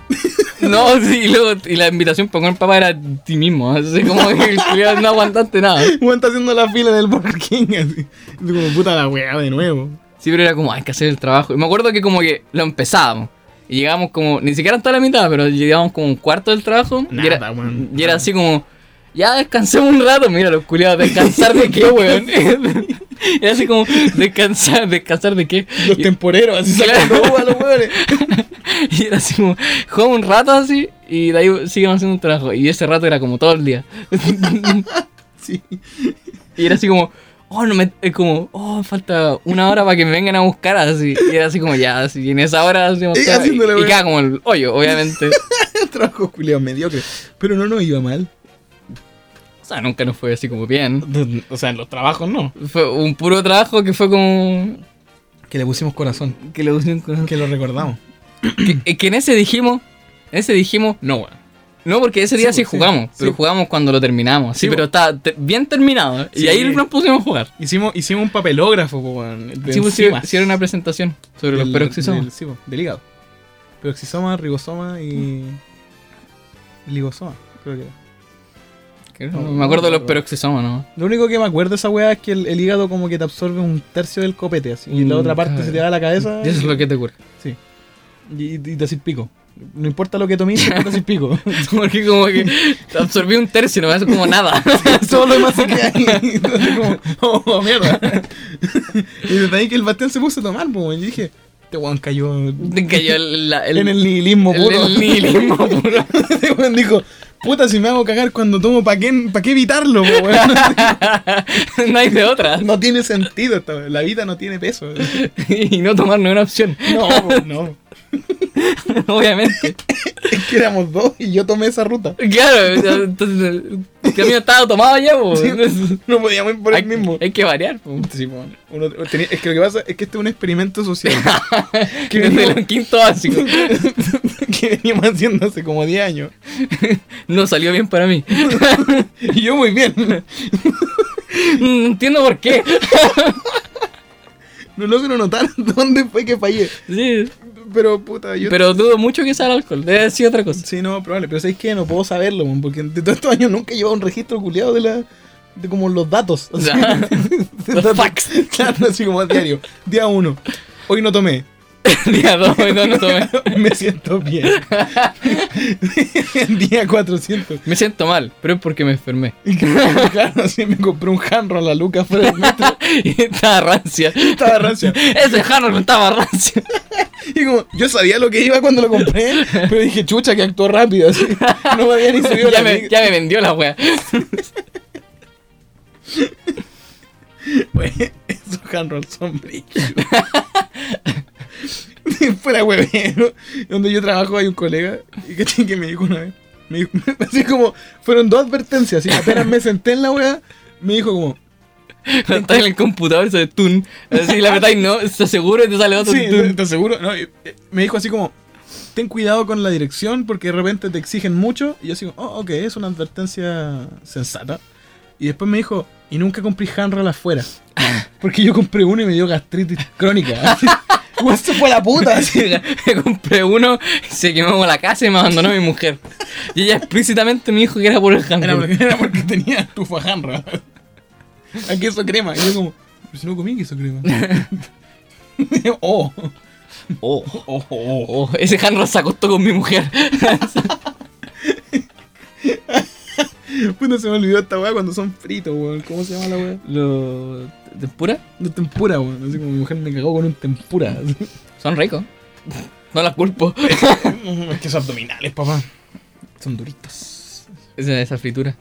Speaker 2: No, sí, y, luego- y la invitación para comer papa era ti mismo. Así como que el culiao no aguantaste nada.
Speaker 1: [laughs] Weón está haciendo la fila del Burger King así. Y tú como, puta la weá de nuevo.
Speaker 2: Sí, pero era como, hay que hacer el trabajo. Y me acuerdo que como que lo empezábamos. Y llegamos como, ni siquiera hasta la mitad, pero llegábamos como un cuarto del trabajo. y
Speaker 1: Nada,
Speaker 2: era,
Speaker 1: weón.
Speaker 2: y era así como, ya descansemos un rato. Mira, los culiados, ¿descansar de
Speaker 1: [laughs]
Speaker 2: qué, weón? era así como, ¿descansar, descansar de qué?
Speaker 1: Los
Speaker 2: Y-
Speaker 1: temporeros, así
Speaker 2: [laughs] Claro.
Speaker 1: sacando uva a los weones.
Speaker 2: [laughs] Y era así como, jugamos un rato así y de ahí siguen haciendo un trabajo. Y ese rato era como todo el día.
Speaker 1: Sí. [laughs]
Speaker 2: Y era así como, oh, no me, eh, como, oh, falta una hora para que me vengan a buscar así. Y era así como, ya, así, en esa hora hacíamos
Speaker 1: Y
Speaker 2: todo. Y,
Speaker 1: haciéndole,
Speaker 2: y
Speaker 1: weón.
Speaker 2: queda como el hoyo, obviamente.
Speaker 1: Trabajo culiado mediocre. Pero no nos iba mal.
Speaker 2: o sea, nunca nos fue así como bien.
Speaker 1: O sea, en los trabajos no.
Speaker 2: Fue un puro trabajo que fue como,
Speaker 1: Que le pusimos corazón.
Speaker 2: que le pusieron con-
Speaker 1: Que lo recordamos.
Speaker 2: que, eh, que en ese dijimos, en ese dijimos, no, weón. No, porque ese día
Speaker 1: Sí,
Speaker 2: sí,
Speaker 1: sí,
Speaker 2: jugamos, pero
Speaker 1: sí.
Speaker 2: jugamos cuando lo terminamos. Sí,
Speaker 1: Sí,
Speaker 2: pero está te- bien terminado.
Speaker 1: Sí.
Speaker 2: Y ahí nos pusimos a jugar.
Speaker 1: Hicimos, hicimos un papelógrafo, po, weón. de
Speaker 2: Sí, pues,
Speaker 1: enzimas.
Speaker 2: hicieron una presentación sobre los
Speaker 1: Del-
Speaker 2: peroxisomas.
Speaker 1: Del, sí, po, del hígado. Peroxisoma, ribosoma y. Ligosoma, creo que era.
Speaker 2: Que no me acuerdo de los
Speaker 1: no, no.
Speaker 2: peroxisomas, ¿no?
Speaker 1: Lo único que me acuerdo de esa weá es que el, el hígado como que te absorbe un tercio del copete así. Y la
Speaker 2: Mm,
Speaker 1: otra parte
Speaker 2: claro.
Speaker 1: se te va a la [laughs] cabeza.
Speaker 2: Y eso es lo que te ocurre.
Speaker 1: Sí. Y, y te haces pico. No importa lo que tomes, siempre te haces pico.
Speaker 2: [laughs] Porque como que absorbí un tercio, no me hace como nada.
Speaker 1: [laughs]
Speaker 2: [laughs]
Speaker 1: Todo lo demás se queda ahí. Entonces, [laughs] como, oh, oh, mierda. y desde ahí que el bastión se puso a tomar, po, weón. Y dije, este weón cayó
Speaker 2: Te Cayó el, la- el,
Speaker 1: en el nihilismo
Speaker 2: el-
Speaker 1: puro.
Speaker 2: el nihilismo puro.
Speaker 1: [laughs]
Speaker 2: [laughs]
Speaker 1: Este weón dijo, puta, si me hago cagar cuando tomo, ¿para qué, pa' qué evitarlo, po, weón? [laughs]
Speaker 2: no hay de otra.
Speaker 1: No tiene sentido esta weá. La vida no tiene [laughs] peso.
Speaker 2: Y no tomar no es una opción,
Speaker 1: No,
Speaker 2: [laughs]
Speaker 1: no.
Speaker 2: obviamente.
Speaker 1: Es que éramos dos y yo tomé esa ruta.
Speaker 2: Claro, ya, entonces el camino estaba tomado ya, po.
Speaker 1: Sí,
Speaker 2: Entonces,
Speaker 1: No podíamos ir por
Speaker 2: hay,
Speaker 1: el mismo.
Speaker 2: hay que variar, po.
Speaker 1: Sí, po. Uno tenía- es que lo que pasa es que este es un experimento
Speaker 2: [laughs]
Speaker 1: social que,
Speaker 2: Desde
Speaker 1: venimos,
Speaker 2: el quinto básico.
Speaker 1: [laughs] que venimos haciendo hace como 10 años.
Speaker 2: No salió bien para mí.
Speaker 1: Y yo muy bien.
Speaker 2: No Mm, entiendo por qué.
Speaker 1: No logro notar [laughs] dónde fue que fallé.
Speaker 2: Sí,
Speaker 1: Pero puta, yo.
Speaker 2: pero dudo mucho que sea el alcohol. Debe ser otra cosa.
Speaker 1: Sí, no, probable. Pero ¿sabes qué? No puedo saberlo, man, porque de todos estos años nunca he llevado un registro culiado de la. De como los datos. así.
Speaker 2: [laughs] Ya.
Speaker 1: De
Speaker 2: Los
Speaker 1: datos.
Speaker 2: facts.
Speaker 1: [laughs]
Speaker 2: [laughs]
Speaker 1: Claro, así como a diario. Día uno. Hoy no tomé. [laughs]
Speaker 2: Día dos, no, no tomé.
Speaker 1: Me siento
Speaker 2: [laughs]
Speaker 1: bien. [laughs] Día 400.
Speaker 2: Me siento mal, pero es porque me enfermé.
Speaker 1: [laughs] Y claro, claro, así me compré un handro a la Luca fuera del metro. [laughs]
Speaker 2: [laughs] y estaba rancia.
Speaker 1: Estaba rancia.
Speaker 2: Ese Harold estaba rancia.
Speaker 1: [laughs] Y como, yo sabía lo que iba cuando lo compré, pero dije, chucha, que actuó rápido. así. No me había ni subido
Speaker 2: [laughs]
Speaker 1: la
Speaker 2: ya, me,
Speaker 1: mic.
Speaker 2: ya me vendió la wea.
Speaker 1: [laughs] Güey, Pues, esos handrolls son brillos. [laughs] Fuera huevero. Donde yo trabajo hay un colega y caché que me dijo una vez. Me dijo- [laughs] así como, fueron dos advertencias. Y apenas me senté en la wea, me dijo como,
Speaker 2: Cuando estás en el computador, se tun. Así la verdad, y no, se seguro y te
Speaker 1: [laughs]
Speaker 2: sale otro
Speaker 1: sí,
Speaker 2: tun.
Speaker 1: te aseguro. No, y- eh, me dijo así como, ten cuidado con la dirección porque de repente te exigen mucho. Y yo así como, oh, ok, es una advertencia sensata. Y después me dijo, y nunca compré handroll [laughs] afuera. Porque yo compré uno y me dio gastritis [laughs] crónica. Así, "Weón, se fue a la [laughs] puta. así.
Speaker 2: [laughs] Me compré uno, se quemó la casa y me abandonó mi mujer. Y ella explícitamente me dijo que era por el
Speaker 1: Era porque,
Speaker 2: Harold.
Speaker 1: era porque tenía estufa handroll. [laughs] A queso crema. Y yo como, pero si no comí queso [laughs] crema. oh,
Speaker 2: Oh,
Speaker 1: oh, oh.
Speaker 2: oh, ese Harold se acostó con mi mujer. [laughs]
Speaker 1: Puta, se me olvidó esta weá cuando son fritos, weón. ¿Cómo se llama la weá?
Speaker 2: Lo... ¿Tempura?
Speaker 1: No tempura, weón. Así como mi mujer me cagó con un tempura. Así.
Speaker 2: Son ricos. No las culpo.
Speaker 1: [laughs] es que son abdominales, papá. Son duritos.
Speaker 2: Esa, esa fritura.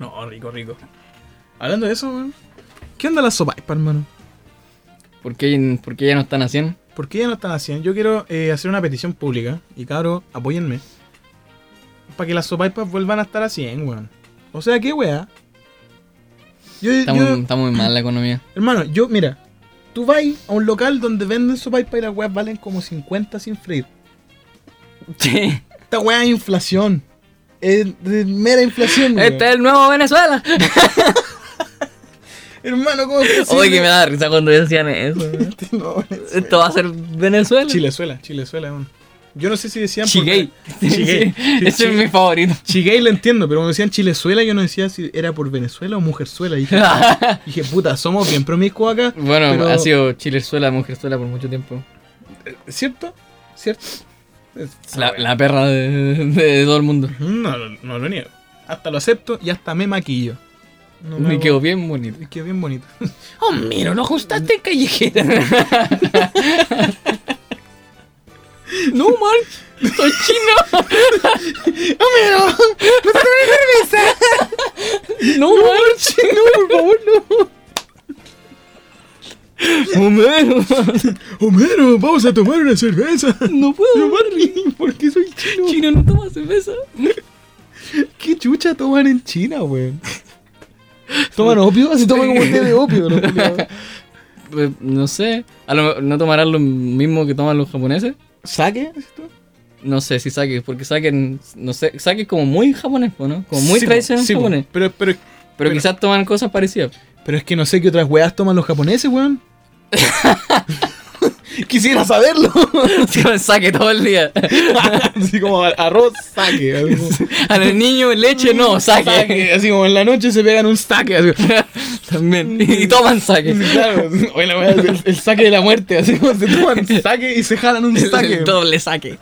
Speaker 1: No, rico, rico. Hablando de eso, weón. ¿Qué onda las sopas, hermano?
Speaker 2: ¿Por qué, por qué ya no están haciendo?
Speaker 1: ¿Por qué ya no están haciendo? Yo quiero eh, hacer una petición pública. Y cabros, apóyenme. Para que las sopaipas vuelvan a estar a 100, weón. O sea, qué weá. Yo,
Speaker 2: Está
Speaker 1: yo-
Speaker 2: muy, está muy mal la economía.
Speaker 1: hermano, yo, mira. Tú vas a un local donde venden sopaipas y las weas valen como 50 sin freír.
Speaker 2: Sí.
Speaker 1: Esta weá es inflación.
Speaker 3: Es de mera inflación. güey.
Speaker 2: [laughs] Este es el nuevo Venezuela.
Speaker 3: Hermano, ¿cómo es
Speaker 2: Oye,
Speaker 3: posible?
Speaker 2: que me da risa cuando decían eso. weón.
Speaker 1: [laughs]
Speaker 3: No, es-
Speaker 2: Esto va a ser Venezuela.
Speaker 1: Chilezuela, Chilezuela, weón. Yo no sé si decían. por-
Speaker 2: Chiguey.
Speaker 1: Chiguey.
Speaker 2: Ese es
Speaker 1: Chiguey.
Speaker 2: mi favorito.
Speaker 1: Chiguey lo entiendo, pero cuando decían Chilezuela, yo no decía si era por Venezuela o Mujerzuela. Y dije,
Speaker 2: [laughs]
Speaker 1: dije, puta, somos bien promiscuos acá.
Speaker 2: [laughs] Bueno,
Speaker 1: Pero-
Speaker 2: ha sido Chilezuela, Mujerzuela por mucho tiempo.
Speaker 1: ¿Cierto? ¿Cierto? Es-
Speaker 2: La, la perra de, de todo el mundo.
Speaker 1: No, lo- no lo niego. Hasta lo acepto y hasta me maquillo. No
Speaker 2: Me
Speaker 1: hago-
Speaker 2: quedó bien bonito.
Speaker 1: Me quedó bien bonito. [laughs]
Speaker 2: Oh, mira, no ajustaste callejera. [laughs] no, man. Soy chino.
Speaker 3: ¡Homero! ¡No te tomes cerveza!
Speaker 2: No, march. No, por favor, no.
Speaker 1: Homero, vamos a tomar una cerveza. [laughs]
Speaker 2: no puedo.
Speaker 1: ¿Por qué soy chino?
Speaker 2: Chino no toma cerveza.
Speaker 1: ¿Qué chucha toman en China, weón?
Speaker 3: [laughs] ¿Toman opio? Así toman como té de
Speaker 1: [laughs]
Speaker 3: opio, ¿no?
Speaker 2: Pues, no sé. A lo, ¿No tomarán lo mismo que toman los japoneses?
Speaker 3: ¿Saque?
Speaker 2: No sé si saque, porque saquen, no sé, saquen como muy japonés, po, ¿no? Como muy
Speaker 1: Sí,
Speaker 2: tradicional
Speaker 1: sí,
Speaker 2: japonés.
Speaker 1: Pero, pero,
Speaker 2: Pero,
Speaker 1: pero-
Speaker 2: quizás toman cosas parecidas. [laughs]
Speaker 1: pero es que no sé qué otras weas toman los japoneses, weón.
Speaker 3: [laughs] Quisiera saberlo.
Speaker 2: Toman pues, saque todo el día.
Speaker 1: [laughs]
Speaker 2: [laughs]
Speaker 1: Así como ar- arroz, saque. así como-
Speaker 3: [laughs]
Speaker 2: A los niños leche no, saque.
Speaker 1: saque, Así como en la noche se pegan un saque. Así,
Speaker 2: [laughs]
Speaker 3: [laughs]
Speaker 2: También. Y toman [laughs] saque.
Speaker 1: Sí, claro, [laughs] oye, la wea, el, el saque de la muerte. Así como se toman saque y se jalan un
Speaker 2: El-
Speaker 1: saque.
Speaker 2: El [laughs] doble saque.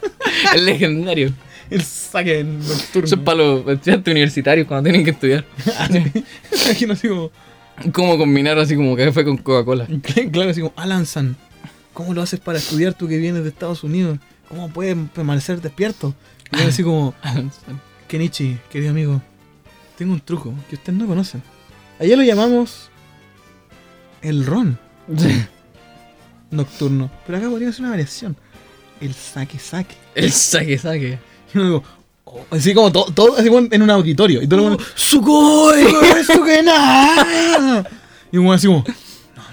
Speaker 2: El legendario.
Speaker 1: El saque nocturno.
Speaker 2: Eso es para los estudiantes universitarios cuando tienen que estudiar.
Speaker 1: [laughs]
Speaker 2: [laughs]
Speaker 1: Imagino así como.
Speaker 2: Cómo combinar así como café con Coca-Cola. [laughs]
Speaker 1: Claro, así como, Alan San, ¿cómo lo haces para estudiar tú que vienes de Estados Unidos? ¿Cómo puedes permanecer despierto? Y yo así como, Kenichi, querido amigo, tengo un truco que ustedes no conocen. Allá lo llamamos el ron nocturno, pero acá podría ser una variación. El saque saque.
Speaker 2: El saque saque.
Speaker 1: [laughs] Y uno digo, oh, así como todo, todo así como en un auditorio. Y todo el mundo,
Speaker 2: ¡Sugoi!
Speaker 1: ¡Eso que nada! Y uno así como,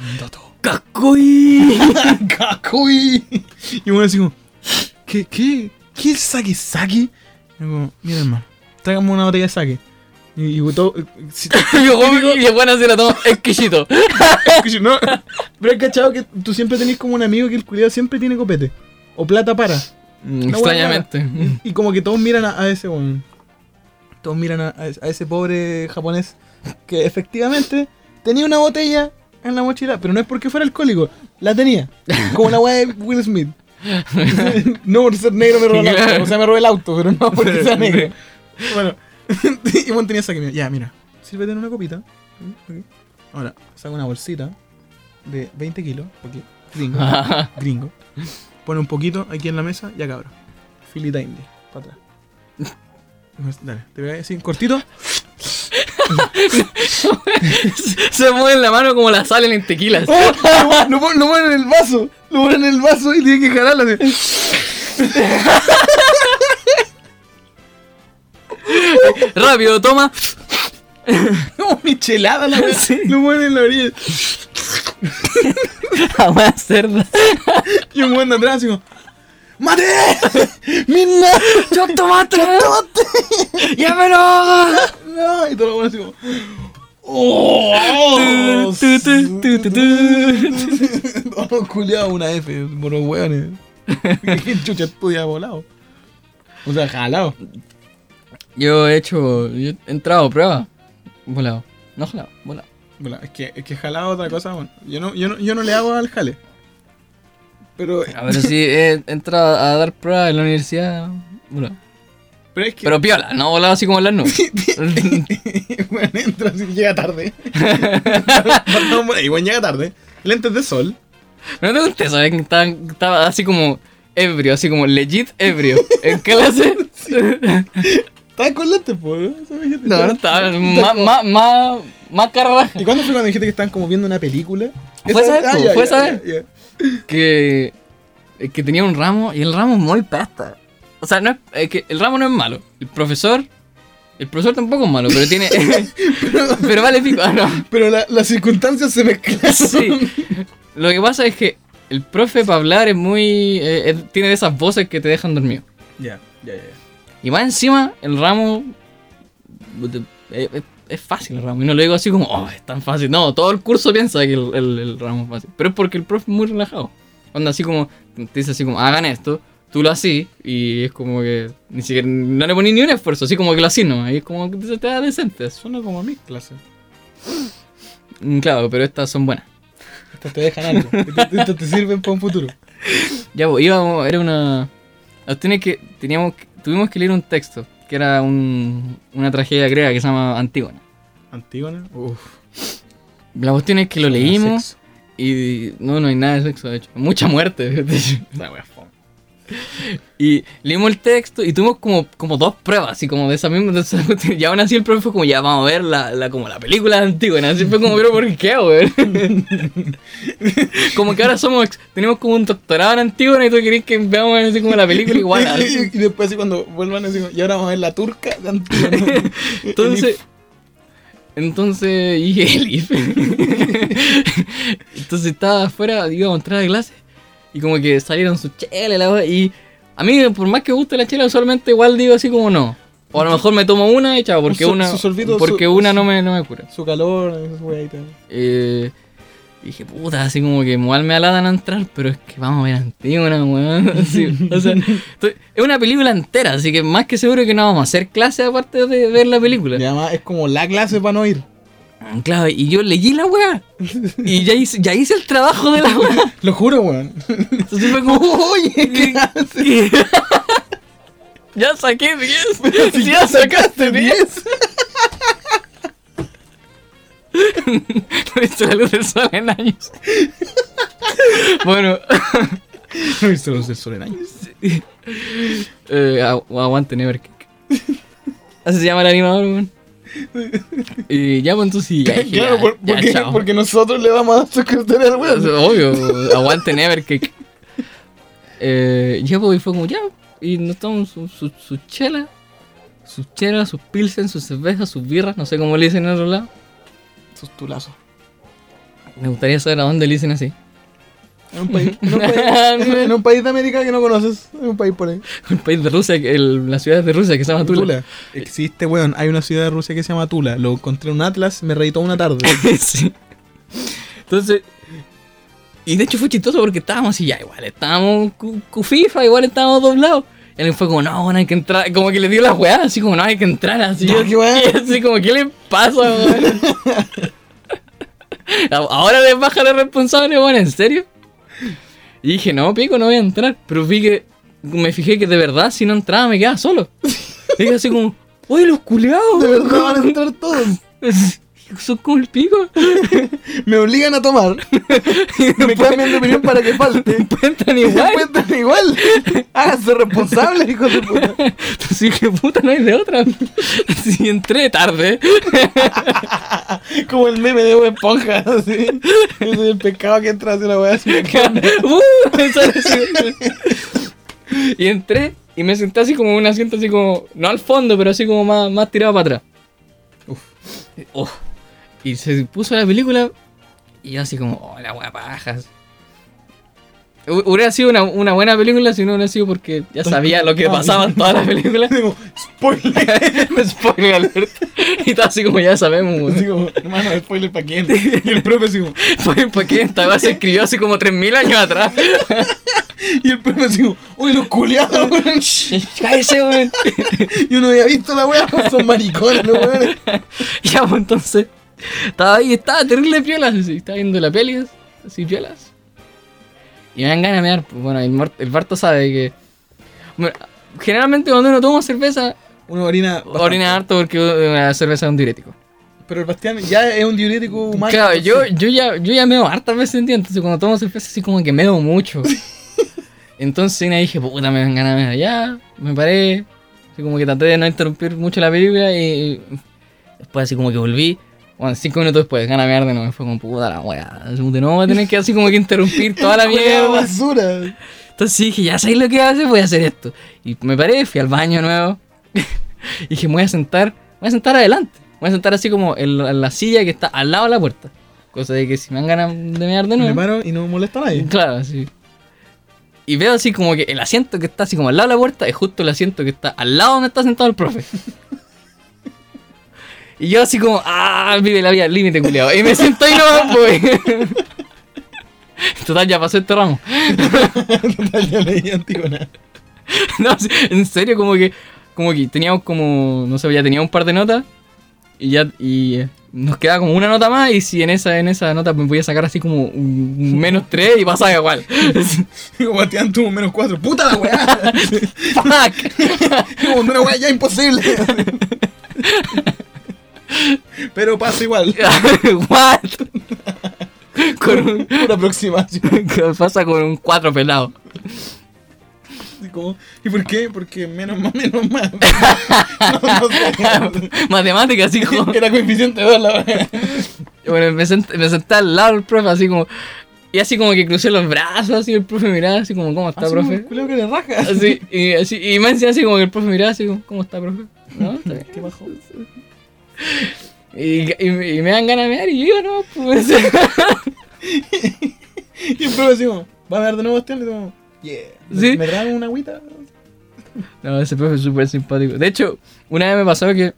Speaker 1: ¡Nandato!
Speaker 2: ¡Kakoi!
Speaker 1: [laughs] Kakui. Y uno así como, ¿qué, qué, qué es sake sake? Y yo como, mira hermano, tráigame una botella de sake. Y, y todo, eh, si-
Speaker 2: [laughs] Y bueno, se la toma [laughs] exquisito.
Speaker 1: si no, pero es cachado que tú siempre tenés como un amigo que el culiado siempre tiene copete. O plata para.
Speaker 2: Mm, Extrañamente. [laughs]
Speaker 1: Y como que todos miran a, a ese weón. Todos miran a, a ese- a ese pobre japonés que efectivamente tenía una botella en la mochila, pero no es porque fuera alcohólico, la tenía. Como la weá de Will Smith. [laughs] no por ser negro me robó el auto. O sea, me robó el auto, pero no porque
Speaker 2: [laughs]
Speaker 1: sea negro. Bueno, [laughs] y bueno, tenía esa que mira, Ya, mira, sírvete en una copita. Ok. Ahora, saca una bolsita de 20 kilos, porque gringo, gringo. Pone un poquito aquí en la mesa, ya cabrón. Filita india, para atrás. Dale, te pegáis así, cortito.
Speaker 2: Se mueve la mano como la sal en el tequila. así.
Speaker 3: ¡Oh! Lo pon- Lo, pon- lo ponen en el vaso. Lo ponen en el vaso y tienen que jalarlo. así.
Speaker 1: [laughs]
Speaker 2: Rápido, [laughs] toma.
Speaker 1: No, michelada la weá.
Speaker 2: Sí.
Speaker 1: Lo ponen en la orilla.
Speaker 2: Jamás cerda.
Speaker 1: Y un buen de atrás, así como, ¡Mate! [laughs]
Speaker 3: ¡Mina!
Speaker 2: [laughs] ¡Yo tomate! [laughs] ¡Llámelo!
Speaker 1: No, y todo lo bueno así como. ¡Oh!
Speaker 2: [laughs] Tu, tu, tu, tu,
Speaker 1: [laughs]
Speaker 2: tu.
Speaker 1: Todos culiados una F, moros
Speaker 2: [laughs]
Speaker 1: hueones. ¿Qué chucha estudia volado? O sea, jalado.
Speaker 2: Yo he hecho. Yo he entrado a prueba. Volado. No jalado, volado.
Speaker 1: Volado. Es que, es que jalado es otra cosa, bueno. Yo no, yo, no, yo no le hago al jale. Pero,
Speaker 2: A ver [laughs] si he entrado a dar pruebas en la universidad. Volado.
Speaker 1: pero es que.
Speaker 2: Pero piola, no volado así como en las [laughs] nubes.
Speaker 1: [laughs] bueno, entra así, llega tarde. [laughs] Perdón, bueno, y bueno, llega tarde. Lentes de sol.
Speaker 2: No te conté, ¿sabes? Que Estaba, estaba así como ebrio, así como legit [laughs] ebrio. ¿En clase?
Speaker 1: Estás con lentes, pues.
Speaker 2: No, no estaba. Más, más, más, más carraja.
Speaker 1: ¿Y cuándo fue cuando dijiste que estaban como viendo una película?
Speaker 2: Fue esa vez,
Speaker 1: ah,
Speaker 2: po,
Speaker 1: ya,
Speaker 2: fue
Speaker 1: ya,
Speaker 2: esa
Speaker 1: ya,
Speaker 2: vez.
Speaker 1: ya.
Speaker 2: Que, eh, que tenía un ramo y el ramo es muy pesta. O sea, no es, es que el ramo no es malo. El profesor. El profesor tampoco es malo, pero tiene. [laughs]
Speaker 1: [laughs]
Speaker 2: pero vale pico. Ah, no.
Speaker 1: Pero la- las circunstancias se mezclan.
Speaker 2: Sí. Lo que pasa es que el profe para hablar es muy. eh, eh, tiene de esas voces que te dejan dormido.
Speaker 1: Ya, ya, ya.
Speaker 2: Y más encima, el ramo. de- eh, eh, Es fácil el ramo. Y no lo digo así como, oh, es tan fácil. No, todo el curso piensa que el, el- el ramo es fácil. Pero es porque el profe es muy relajado. Cuando así como, te dice así como, hagan esto, tú lo haces y es como que ni siquiera, no le pones ni un esfuerzo, así como que lo haces nomás. Y es como que se te da decente.
Speaker 1: Suena como a mis clases.
Speaker 2: Mm, Claro, pero estas son buenas.
Speaker 3: Estas te dejan [laughs] algo. Estas estas te sirven para un futuro.
Speaker 2: Ya, pues, íbamos, era una... nos tiene que, teníamos, que- tuvimos que leer un texto, que era un- una tragedia griega que se llama Antígona.
Speaker 1: Antígona. Uf.
Speaker 2: La cuestión es que lo leímos Y no, no hay nada de sexo, de hecho. Mucha muerte. [laughs] de hecho.
Speaker 1: La wea fome.
Speaker 2: Y leímos el texto y tuvimos como, como dos pruebas, así como de esa misma. de esa cuestión. y aún así el profe fue como, ya vamos a ver la, la- como la película antigua. Así fue como, pero ¿por qué, weón? [laughs] como que ahora somos, ex- tenemos como un doctorado en Antígona y tú querés que veamos así como la
Speaker 1: [laughs]
Speaker 2: película igual. así.
Speaker 3: [laughs] y, y después así cuando vuelvan así, como, y ahora vamos a ver la turca de
Speaker 2: [laughs]
Speaker 3: Antígona.
Speaker 2: Entonces. Entonces [laughs] dije Elif. entonces estaba afuera, iba a entrar a clase. Y como que salieron sus chelas y la wea, Y a mí, por más que guste la chela, usualmente igual digo así como no. O a lo mejor me tomo una y chao, porque
Speaker 3: Un sol-
Speaker 2: una.
Speaker 3: su sorbito,
Speaker 2: porque
Speaker 3: su-
Speaker 2: una
Speaker 3: su-
Speaker 2: no me, no me cura.
Speaker 3: Su calor, esas weas y tal.
Speaker 2: Eh, dije, puta, así como que igual me aladan a entrar, pero es que vamos a ver Antígona, weón. [laughs] Así, o sea, estoy- es una película entera, así que más que seguro que no vamos a hacer clase aparte de ver la película.
Speaker 3: Y además es como la clase para no ir.
Speaker 2: Mm, Claro, y yo leí la [laughs] weá. Y ya hice, ya hice el trabajo de la weá.
Speaker 3: Lo juro,
Speaker 2: [laughs]
Speaker 3: weón.
Speaker 2: Entonces fue como, oye, ¿qué haces? [laughs] ya saqué 10. Si [laughs] ya sacaste 10. [laughs] no he visto la luz del sol en [laughs] años. bueno, [laughs]
Speaker 1: No he visto los del sol en años.
Speaker 2: eh, agu- aguante, Neverkick. Así se llama el animador, [laughs] weón. Y ya, pues entonces ya. dije,
Speaker 3: claro,
Speaker 2: ya,
Speaker 3: por-
Speaker 2: ya,
Speaker 3: porque,
Speaker 2: chao.
Speaker 3: porque nosotros le vamos a dar secretaria al
Speaker 2: Pues,
Speaker 3: weón. [laughs]
Speaker 2: obvio, aguante Neverkick. Eh, ya, pues, y fue como ya. Y nos tomamos su, su, su chela, sus chelas, sus pilsen, sus cervezas, sus birras, no sé cómo le dicen en otro lado.
Speaker 3: Sus tulazos.
Speaker 2: Me gustaría saber a dónde le dicen así.
Speaker 3: En un país, en
Speaker 2: [laughs]
Speaker 3: un país, [laughs] en un país de América que no conoces. En un país por ahí.
Speaker 2: El país de Rusia, que- el- la ciudad de Rusia que
Speaker 3: Ah,
Speaker 2: se llama Tula.
Speaker 1: Existe, weón. Hay una ciudad de Rusia que se llama Tula. Lo encontré en un atlas, me reí toda una tarde.
Speaker 2: [laughs] Sí. Entonces. Y de hecho fue chistoso porque estábamos así, ya igual, estábamos cu, cu FIFA, igual estábamos doblados. Y alguien fue como, no, bueno, hay que entrar. Como que le dio la weá, así como, no, hay que entrar así.
Speaker 3: Ya,
Speaker 2: así,
Speaker 3: qué weá.
Speaker 2: [laughs] y así como, ¿qué le
Speaker 3: [laughs]
Speaker 2: pasa, weón? Ahora les baja la responsable, weón, ¿en serio? Y dije, no, pico, no voy a entrar. Pero vi que, me fijé que de verdad, si no entraba, me
Speaker 3: [laughs]
Speaker 2: quedaba solo. Dije así como, oye, los
Speaker 3: [laughs]
Speaker 2: culeados,
Speaker 3: De verdad van a entrar todos.
Speaker 2: [laughs] Son como el pico.
Speaker 3: Me obligan a [laughs] tomar. Me cambian de opinión para que falte.
Speaker 2: cuentan
Speaker 3: Y se
Speaker 2: igual.
Speaker 3: [laughs] encuentran [laughs] igual. Háganse responsables, hijos de puta.
Speaker 2: [laughs] Así que puta, no hay de otra. [laughs] Si entré tarde.
Speaker 3: [laughs] Como el meme de Bob Esponja, así. Yo soy el pescado que entra hacia la weá. así.
Speaker 2: [laughs] Uh, me sale así. y entré y me senté así como en un asiento así como. No al fondo, pero así como más, más tirado para atrás. Uf. Y se puso la película. Y yo así como, oh, la wea pajas. Hu- Hubiera sido una, una buena película si no hubiera sido porque ya sabía lo que pasaba en toda la película. [laughs]
Speaker 3: Digo, spoiler.
Speaker 2: Spoiler alert. Y todo así como ya sabemos. weón.
Speaker 3: Así como, hermano, spoiler para [laughs] quién. Y el profe así como,
Speaker 2: ¿Para, para qué esta [laughs] weá se escribió hace como 3000 años atrás?
Speaker 3: y el profe así como, uy, los culiados, [laughs] weón.
Speaker 2: Cállese, weón.
Speaker 3: [laughs] Yo no había visto la weá, son maricones, los weones.
Speaker 2: [laughs] Ya, pues entonces. Estaba ahí, estaba terrible piolas. Así, estaba viendo la peli, así piolas. Y me dan ganas de mear. pues, Bueno, el, mar- el Barto sabe que. Bueno, generalmente cuando uno toma cerveza,
Speaker 3: Una orina. bastante.
Speaker 2: orina harto porque la cerveza es un diurético.
Speaker 3: Pero el Bastián ya es un diurético humano.
Speaker 2: Claro,
Speaker 3: [laughs]
Speaker 2: yo,
Speaker 3: entonces,
Speaker 2: yo ya, yo ya meo hartas veces en día, entonces cuando tomo cerveza así como que
Speaker 3: [laughs]
Speaker 2: meo mucho. Entonces una dije, puta, me dan ganas de mear ya, me paré, así como que traté de no interrumpir mucho la película y después así como que volví. Bueno, cinco minutos después, ganas de mear de nuevo, fue como puta la weá, de nuevo voy a tener que así como que interrumpir toda la
Speaker 3: [laughs] culiao,
Speaker 2: mierda.
Speaker 3: basura.
Speaker 2: Entonces dije, ya sabéis lo que voy a hacer, voy a hacer esto. Y me paré, fui al baño nuevo. [laughs] y dije, me voy a sentar, me voy a sentar adelante. Me voy a sentar así como en la, en la silla que está al lado de la puerta. Cosa de que si me dan ganas de mear de
Speaker 3: Me [laughs]
Speaker 2: nuevo.
Speaker 3: paro y no molesta a nadie.
Speaker 2: Claro, sí. y veo así como que el asiento que está así como al lado de la puerta es justo el asiento que está al lado donde está sentado el profe. [laughs] Y yo así como, ah, vive la vida al límite, culiado. Y me siento ahí nomás, güey. [laughs] Total, ya pasó este ramo.
Speaker 3: Total, ya leí Antígona.
Speaker 2: [laughs] No, sí, en serio, como que, como que teníamos como, no sé, ya teníamos un par de notas y ya, y eh, nos queda como una nota más y si en esa, en esa nota me voy a sacar así como un un menos 3 y pasa igual. [laughs]
Speaker 1: Digo, Bastián tuvo menos 4. ¡Puta
Speaker 3: [laughs]
Speaker 1: la weá!
Speaker 2: Fuck. [laughs]
Speaker 1: Digo, una weá
Speaker 3: [laughs]
Speaker 1: ya imposible. Pero pasa igual.
Speaker 2: What? Con un-
Speaker 3: Una aproximación.
Speaker 2: con- pasa con un [laughs] 4 pelado. [laughs]
Speaker 1: Y como, ¿Y por qué? Porque menos más,
Speaker 3: [laughs]
Speaker 1: menos más.
Speaker 2: [laughs] Matemática así como.
Speaker 3: Era coeficiente 2 la verdad.
Speaker 2: Bueno, me, sent- me senté al lado del profe así como. Y así como que crucé los brazos, así el profe miraba así como, ¿cómo está, profe? Ah,
Speaker 3: Culo que le raja.
Speaker 2: Así, y así, y me decía así como que el profe miraba así como, ¿cómo está, profe? ¿No? está bien.
Speaker 3: Qué bajo.
Speaker 2: Y, y- y me dan ganas de mirar y yo digo, no, pues. [laughs]
Speaker 3: Y el profe así como, ¿va a ver de nuevo Bastián? Y como, yeah.
Speaker 2: Sí.
Speaker 3: ¿Me, me traen una agüita?
Speaker 2: No, ese profe es súper simpático. De hecho, una vez me pasó que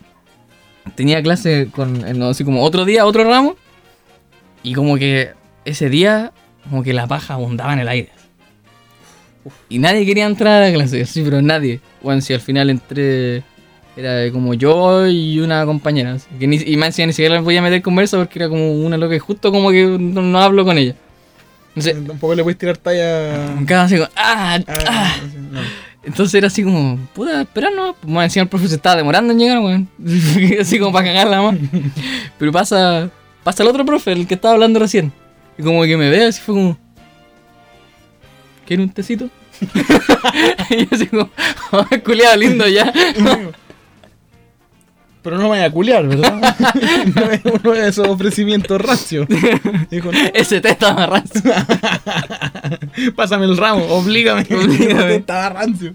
Speaker 2: tenía clase con, eh, no, así como otro día, otro ramo, y como que ese día, como que la paja abundaba en el aire. Y nadie quería entrar a la clase, sí, pero nadie. Bueno, si al final entré, era como yo y una compañera. así que ni- y más encima ni siquiera les voy a meter conversa porque era como una loca, y justo como que no, no hablo con ella. Entonces,
Speaker 1: Tampoco le puedes tirar talla. a-
Speaker 2: cada así como, ah, ah.
Speaker 1: no.
Speaker 2: Entonces era así como, puta, esperar no. Pues más encima el profe se estaba demorando en llegar, weón. [laughs] así como para cagarla más. Pero pasa, pasa el otro profe, el que estaba hablando recién. Y como que me ve así fue como, ¿quiere un tecito? [laughs] y yo así como, [laughs] culiado lindo ya. [laughs]
Speaker 3: Pero no me vaya a culiar, ¿verdad?
Speaker 1: [laughs] No es uno de esos ofrecimientos racio. Dijo, no,
Speaker 2: Ese té estaba rancio.
Speaker 1: pásame el ramo, oblígame.
Speaker 2: [laughs] Oblígame.
Speaker 1: Estaba rancio.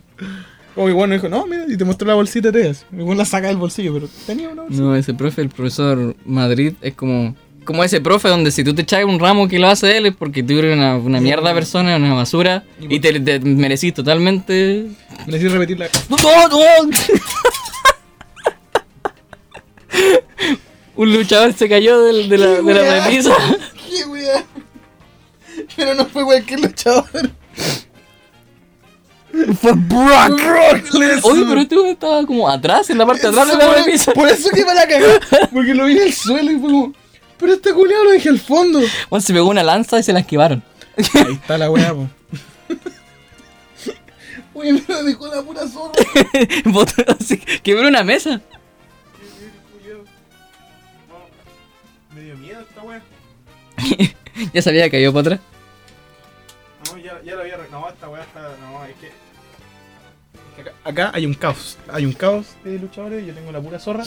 Speaker 1: Como que bueno, dijo, no, mira, y te mostró la bolsita de teas. Y bueno, la saca del bolsillo, pero tenía una bolsita.
Speaker 2: No, ese profe, el profesor Madrid, es como... Como ese profe donde si tú te echas un ramo que lo hace él es porque tú eres una, una mierda persona, una basura y te, te merecís totalmente
Speaker 1: Necesito repetir la.
Speaker 2: ¡No, no! Un luchador se cayó del- de, la, de la repisa.
Speaker 3: ¡Qué weá! Pero no fue cualquier luchador.
Speaker 2: Fue Brock.
Speaker 3: Brock
Speaker 2: Oye, pero este güey estaba como atrás, en la parte de atrás de la
Speaker 3: Por-
Speaker 2: repisa.
Speaker 3: Por eso que me la cagó. Porque lo vi en el suelo y fue como. Pero este culiado lo dejé al fondo.
Speaker 2: Bueno, se pegó una lanza y se la esquivaron. [laughs]
Speaker 1: Ahí está la weá, po.
Speaker 3: Oye, me lo dejó la pura zorra.
Speaker 2: Botó así, Quebró una mesa.
Speaker 1: Me dio miedo esta weá.
Speaker 2: Ya sabía que cayó para atrás.
Speaker 1: No, ya, ya la había No, esta weá está. No, es que. Acá, acá hay un caos. Hay un caos de luchadores. Yo tengo la pura zorra.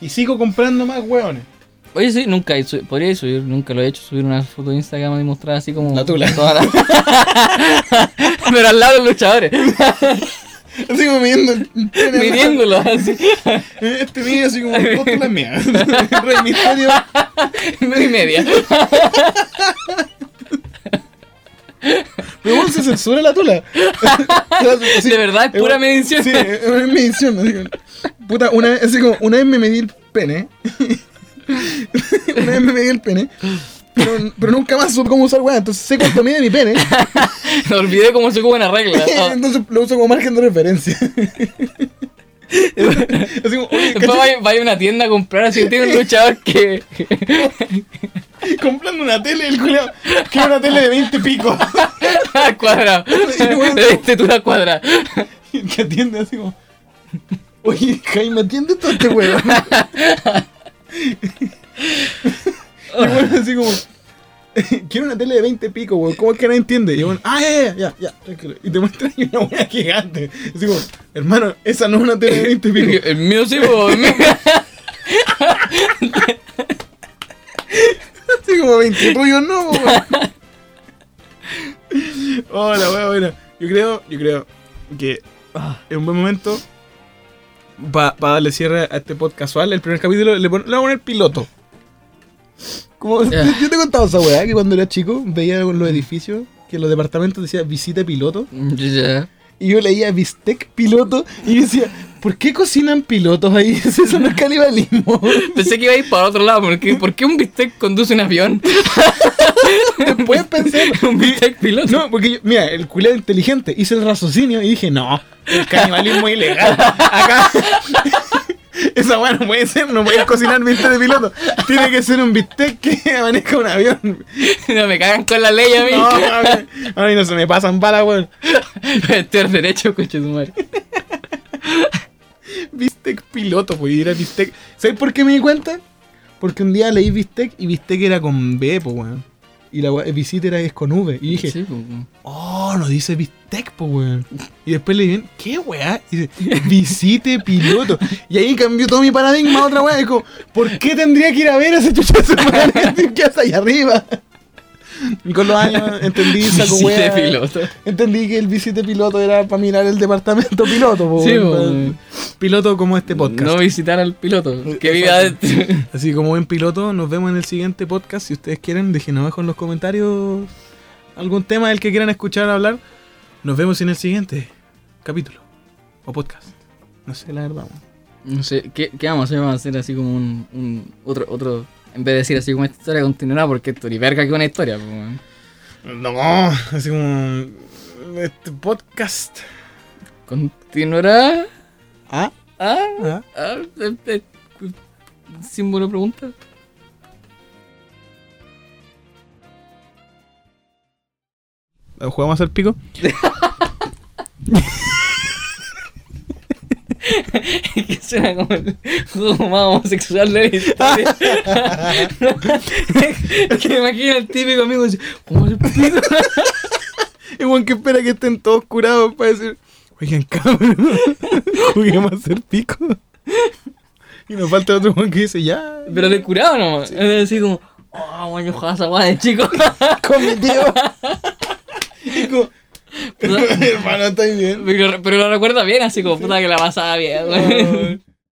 Speaker 1: Y sigo comprando más weones.
Speaker 2: Oye, sí, nunca he su- podría subir, nunca lo he hecho, subir una foto de Instagram y mostrar así como.
Speaker 3: La tula.
Speaker 2: toda la- [laughs] pero al lado de los [laughs] luchadores,
Speaker 3: Así como midiendo. el pene.
Speaker 2: midiéndolos así.
Speaker 3: Este mío así como. Ponte la
Speaker 2: [laughs]
Speaker 3: [laughs] mía. Rey Misterio.
Speaker 2: Medio y media.
Speaker 3: Pero bueno, se censura la
Speaker 2: [laughs]
Speaker 3: tula.
Speaker 2: de verdad, es pura
Speaker 3: Eh,
Speaker 2: medición.
Speaker 3: Sí, es una medición. así como- puta, una vez, así como, una vez me medí el pene. [laughs] una vez me medí el pene. Pero, pero nunca más supe cómo usar weá. Entonces sé cuánto mide mi
Speaker 2: [laughs]
Speaker 3: pene.
Speaker 2: Me olvidé cómo se ocupa
Speaker 1: [laughs]
Speaker 2: una regla. Ah.
Speaker 3: [laughs] entonces lo uso como margen de
Speaker 2: [laughs]
Speaker 3: referencia. así como, oye,
Speaker 2: Después
Speaker 3: cacha,
Speaker 2: vaya, vaya a una tienda a comprar así. Tiene un luchador que. [laughs]
Speaker 3: comprando una tele, el culiao. Quiero una tele de 20 pico.
Speaker 2: [laughs] al cuadrado. De estatura cuadrada.
Speaker 3: Y el [laughs] que atiende así como. Oye, Jaime, atiende todo este weón. [laughs] Y el weón así como. [laughs] Quiero una tele de 20 pico, weón. ¿Cómo es que nadie entiende? Y el weón, ah, ya, ya, ya, ya, tranquilo. Y te muestra ahí una wea gigante. Así como, hermano, esa no es una tele de 20
Speaker 2: [laughs]
Speaker 3: pico.
Speaker 2: El mío sí, po, el mío.
Speaker 1: [laughs] [laughs]
Speaker 3: Así como 20
Speaker 1: pues
Speaker 3: tuyo, no, weón.
Speaker 1: Hola, weón, bueno. Yo creo, yo creo que es un buen momento para darle cierre a este podcast casual. El primer capítulo le, pon- le voy a poner piloto. [laughs]
Speaker 3: Como, yo te he contado esa weá que cuando era chico veía los edificios
Speaker 1: que los departamentos decía visita piloto.
Speaker 2: Ya.
Speaker 1: Y yo leía bistec piloto y decía, ¿por qué cocinan pilotos ahí? [laughs] Si Eso no es canibalismo. [laughs]
Speaker 2: Pensé que iba a ir para otro lado, porque ¿por qué un bistec conduce un avión?
Speaker 1: Después pensé,
Speaker 2: [laughs] un bistec piloto.
Speaker 1: no, porque yo- mira, el culé inteligente, hice el raciocinio y dije, no, el canibalismo es ilegal. Acá. [laughs] Esa weá no puede ser, no puedes cocinar bistec de piloto. Tiene que ser un bistec que [laughs] maneja un avión.
Speaker 2: No, me cagan con la ley a mí.
Speaker 1: No, a mí, a mí no se me pasan balas, weón.
Speaker 2: [laughs] Estoy al derecho, coche su madre.
Speaker 1: Bistec piloto, pues y era bistec. ¿Sabes por qué me di cuenta? Porque un día leí bistec y bistec era con B, pues weón. Y la weá- visita era es con V. Y dije,
Speaker 2: Sí, pues.
Speaker 1: oh, no dice bistec, pues weón. Y después le dije, ¿qué weá? Y dice, visite piloto. Y ahí cambió todo mi paradigma a otra weá. Dijo, ¿por qué tendría que ir a ver a ese chuchazo [laughs] que hace allá arriba? Y con los años entendí, saco
Speaker 2: Sí, de
Speaker 1: weá.
Speaker 2: piloto.
Speaker 1: Entendí que el visite piloto era para mirar el departamento piloto, po,
Speaker 2: Sí,
Speaker 1: weón,
Speaker 2: po.
Speaker 1: pa- piloto como este podcast.
Speaker 2: No visitar al piloto. Que viva
Speaker 1: Exacto.
Speaker 2: de-
Speaker 1: Así como buen piloto, nos vemos en el siguiente podcast. Si ustedes quieren, dejen abajo en los comentarios algún tema del que quieran escuchar hablar. Nos vemos en el siguiente capítulo o podcast. No sé, la verdad. weón.
Speaker 2: No sé, ¿qué, qué vamos a hacer? Vamos a hacer así como un, un otro, otro, en vez de decir así como esta historia continuará, porque esto ni verga que una historia, pues, weón.
Speaker 4: No.
Speaker 1: Así como este podcast.
Speaker 2: Continuará.
Speaker 1: Ah,
Speaker 2: Ah,
Speaker 1: ah.
Speaker 2: ah, eh, eh, símbolo de pregunta.
Speaker 4: ¿Jugamos al pico?
Speaker 2: [laughs] que suena como el juego más homosexual de la [laughs] historia. que me imagino el típico amigo dice, ¿cómo se pido?
Speaker 4: Igual que espera que estén todos curados para decir,
Speaker 1: [laughs]
Speaker 4: oigan, cabrón, juguemos a hacer pico.
Speaker 1: Y nos falta otro weón que dice ya.
Speaker 2: Pero de curado nomás. Es así como, oh, bueno, yo jugaba esa guay de chico. [laughs]
Speaker 1: Con mi tío. Y como, [laughs] Hermano, estoy bien.
Speaker 2: [laughs] Oh. Pero, pero lo recuerda bien, así como puta que la pasaba bien. güey.